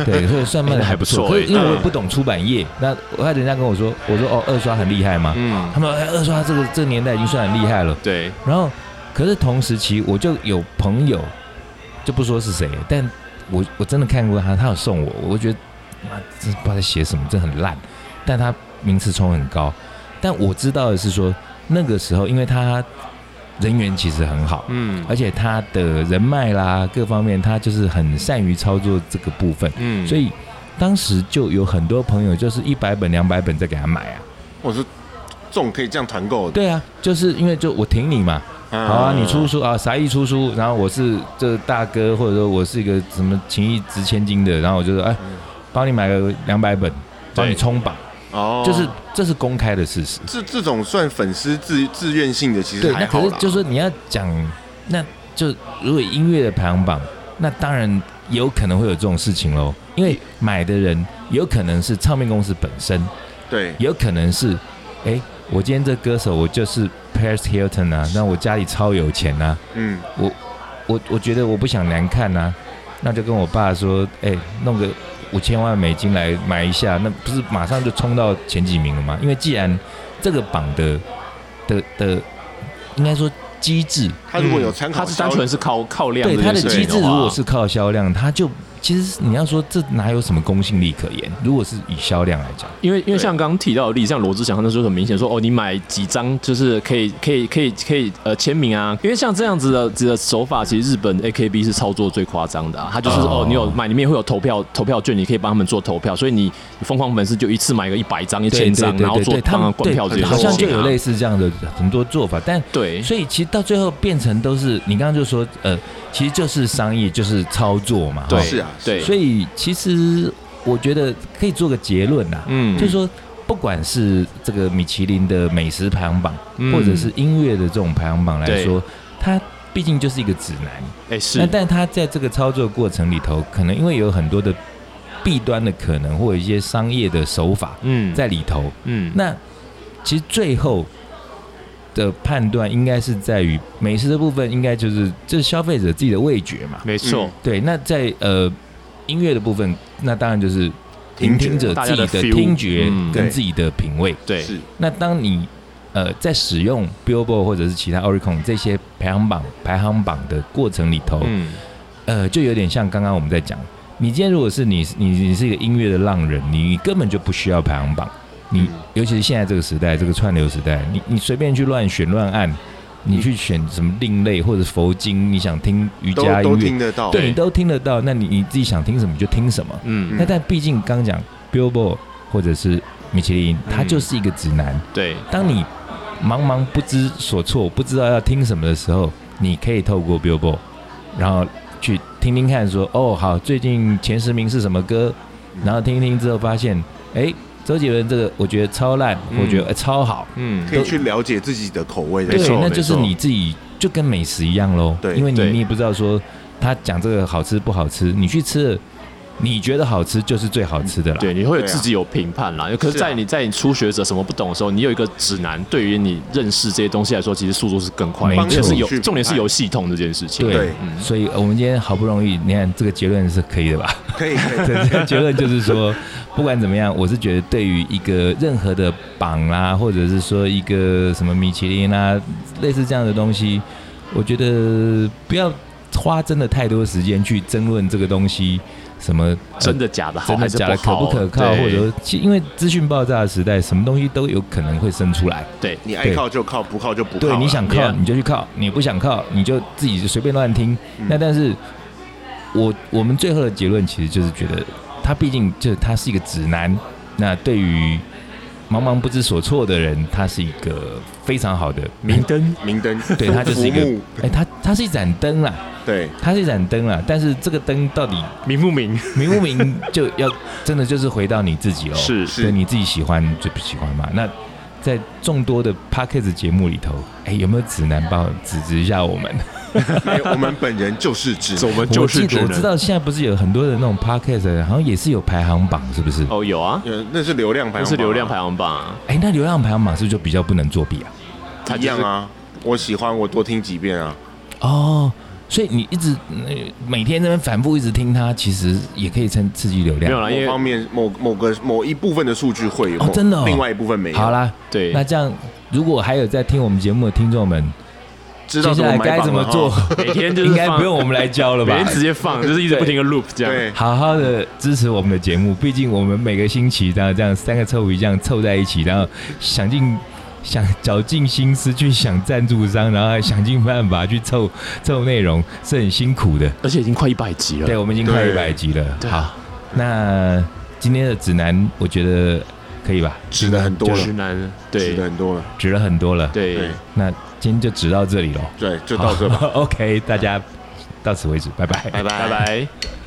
C: 对，所以算卖的
B: 哎
C: 还不错。
B: 还不错
C: 可
B: 哎
C: 是因为我也不懂出版业，那我看人家跟我说，我说哦二刷很厉害吗？
B: 嗯，
C: 他们说哎二刷这个这个年代已经算很厉害了。
B: 对，
C: 然后可是同时期我就有朋友，就不说是谁，但我我真的看过他，他有送我，我觉得妈真不知道在写什么，真的很烂，但他名次冲很高。但我知道的是说，那个时候因为他人缘其实很好，
B: 嗯
C: 而且他的人脉啦各方面，他就是很善于操作这个部分，
B: 嗯
C: 所以当时就有很多朋友就是一百本两百本在给他买啊，
A: 我说这种可以这样团购的，
C: 对啊，就是因为就我挺你嘛，
A: 嗯
C: 好啊，你出书啊，啥一出书，然后我是这大哥，或者说我是一个什么情义值千金的，然后我就说，哎，帮你买个两百本，帮你冲榜，
A: 哦，
C: 就是这是公开的事实。
A: 这这种算粉丝自自愿性的，其实
C: 对，
A: 还
C: 那
A: 好
C: 可是
A: 啦。
C: 就是你要讲，那就如果音乐的排行榜，那当然有可能会有这种事情喽，因为买的人有可能是唱片公司本身，
A: 对，
C: 有可能是，哎，我今天这歌手我就是 Paris Hilton 啊，那我家里超有钱啊。
A: 嗯，
C: 我我觉得我不想难看呐、啊那就跟我爸说，哎、弄个五千万美金来买一下，那不是马上就冲到前几名了吗？因为既然这个榜的的的，应该说机制，
A: 他如果
C: 嗯
A: 有参考
B: 他
A: 销，
B: 是单纯是靠靠量
C: 对
B: 这
C: 它
B: 件
C: 的
B: 事
C: 机
B: 情
C: 制
B: 的话，
C: 如果是靠销量，它就其实你要说这哪有什么公信力可言？如果是以销量来讲，
B: 因为因为像刚刚提到的例子，像罗志祥他那时候很明显说，哦，你买几张就是可以可以可以可以呃签名啊，因为像这样子的这个手法，其实日本 AKB 是操作最夸张的、啊，他就是
C: 哦
B: 哦你有买里面会有投票投票券，你可以帮他们做投票，所以你疯狂粉丝就一次买个一百张一
C: 对
B: 千
C: 对
B: 张，
C: 对
B: 然后
C: 对
B: 做
C: 对，他
B: 帮
C: 们
B: 灌票这
C: 对
B: 件
C: 好
B: 事情、啊，
C: 像就有类似这样的很多做法，但
B: 对，
C: 所以其实到最后变成都是你刚刚就说，呃，其实就是商业，就是操作嘛。
B: 对
C: 哈
A: 是啊
B: 对，
C: 所以其实我觉得可以做个结论啦，
B: 嗯
C: 就是说，不管是这个米其林的美食排行榜，
B: 嗯
C: 或者是音乐的这种排行榜来
B: 对
C: 说，它毕竟就是一个指南。
B: 哎是
C: 那但它在这个操作过程里头，可能因为有很多的弊端的可能，或者一些商业的手法
B: 嗯
C: 在里头，
B: 嗯
C: 那其实最后的判断应该是在于美食的部分，应该就是这是消费者自己的味觉嘛。
B: 没错
A: 嗯，
C: 对，那在呃音乐的部分，那当然就是
A: 听
C: 聆
A: 觉
C: 听者
B: 大
C: 自
B: 家
C: 己
B: 的
C: 的
B: feel，
C: 听觉
B: 嗯
C: 跟
A: 对
C: 自己的品味。
B: 对
A: 是
C: 那当你呃在使用 Billboard 或者是其他 Oricon 这些排行榜排行榜的过程里头，
A: 哦
B: 嗯
C: 呃，就有点像刚刚我们在讲，你今天如果是你你你是一个音乐的浪人，你根本就不需要排行榜，你尤其是现在这个时代，这个串流时代，你你随便去乱选乱按，你去选什么另类或者佛经，你想听瑜
A: 都
C: 伽
A: 都
C: 音乐，
A: 听得到。
C: 对哦你都听得到。那你你自己想听什么就听什么。
B: 嗯，
C: 那但毕竟刚讲 Billboard 或者是米其林，它
B: 嗯
C: 就是一个指南。
B: 对，
C: 当你茫茫不知所措，不知道要听什么的时候，你可以透过 Billboard，然后去听听看说，哦，好，最近前十名是什么歌？
B: 嗯
C: 然后听一听之后发现，哎，周杰伦这个我觉得超烂，
B: 嗯
C: 我觉得、哎超好，
B: 嗯
A: 可以去了解自己的口味的
B: 没
C: 对
A: 时
B: 错，
A: 候。
C: 那就是
B: 没错
C: 你自己就跟美食一样喽，
A: 对
C: 因为你
B: 对
C: 你也不知道说他讲这个好吃不好吃，你去吃了，你觉得好吃就是最好吃的啦。
B: 对，你会有
A: 对啊
B: 自己有评判啦。可是，
A: 是啊
B: 在你在你初学者什么不懂的时候，你有一个指南，对于你认识这些东西来说，其实速度是更快的，
C: 没
B: 而且
C: 错
B: 是有
A: 去评判
B: 重点是有系统这件事情。
C: 对
A: 对
B: 嗯
C: 所以呃我们今天好不容易，你看这个结论是可以的吧？
A: 可以可以，
C: 对，这个结论就是说，不管怎么样，我是觉得对于一个任何的榜啦、或者是说一个什么米其林啦、类似这样的东西，我觉得不要花真的太多时间去争论这个东西什么呃
B: 真的假的好
C: 真的
B: 还是
C: 假的
B: 不
C: 可
B: 好
C: 不可靠，
B: 对
C: 或者说其因为资讯爆炸的时代，什么东西都有可能会生出来。
B: 对
A: 你爱靠就靠，不靠就不靠。
C: 对，你想靠
B: 啊 Yeah
C: 你就去靠，你不想靠你就自己随便乱听。
A: 嗯
C: 那但是，我我们最后的结论其实就是觉得，它毕竟就是它是一个指南。那对于茫茫不知所措的人，它是一个非常好的
B: 明灯，
A: 明灯，
C: 对，它就是一个
A: 浮木，
C: 哎、它它是一盏灯啦，
A: 对，
C: 它是一盏灯啦。但是这个灯到底
B: 明不明？
C: 明不明，就要真的就是回到你自己喽。 哦
B: 是
A: 是
C: 对你自己喜欢就不喜欢嘛。那在众多的 p a c k a g e 节目里头，哎，有没有指南帮我指指一下我们？
A: 没有我们本人就是 指
B: 我们 就是
C: 我记
B: 只
C: 得我知
B: 能
C: 道现在不是有很多的那种 p a c k a g e 好像也是有排行榜，是不是？
B: 哦，有啊，
A: 呃，那是流量排
B: 那
A: 行，
B: 是流量排，行榜啊，
C: 哎，那流量排行榜是不是就比较不能作弊啊？
B: 它就
A: 一
B: 是
A: 样啊。我喜欢，我多听几遍啊。
C: 哦，所以你一直呃每天在那边反复一直听它，其实也可以刺刺激流
B: 没有
C: 量。
B: 啦，因
A: 啊某方
B: 为
A: 面某某个某一部分的数据会有，
C: 哦
A: 某
C: 真的哦
A: 另外一部分没有。
C: 好，啦，
B: 对
C: 那这样如果还有在听我们节目的听众们，
A: 知道
C: 接下来
A: 买
C: 该
A: 榜
C: 怎么
A: 了哈
C: 做？？
B: 哦每天就是
C: 应该
B: 放
C: 不用我们来教了
B: 每
C: 吧
B: 天？直接放，就是一直不停的 loop 这
A: 对
B: 样。，
C: 好好的支持我们的节目，毕竟我们每个星期这样这样三个臭鱼这样凑在一起，然后想尽想绞尽心思去想赞助商，然后还想尽办法去凑凑内容，是很辛苦的。
B: 而且已经快一百集了。
C: 对，我们已经快一
A: 对
C: 百集了。
B: 对
C: 好
B: 啊，
C: 那今天的指南，我觉得可以吧？
A: 指的很多
B: 就
A: 了
B: 是，男，
A: 指的
B: 对
A: 很多了。
C: 指了很多了。，
B: 对
A: 对，
C: 那今天就指到这里喽。
A: 对，就到这吧，
C: 吧。OK，大家到此为止，拜拜。
A: 拜拜
B: 拜。拜。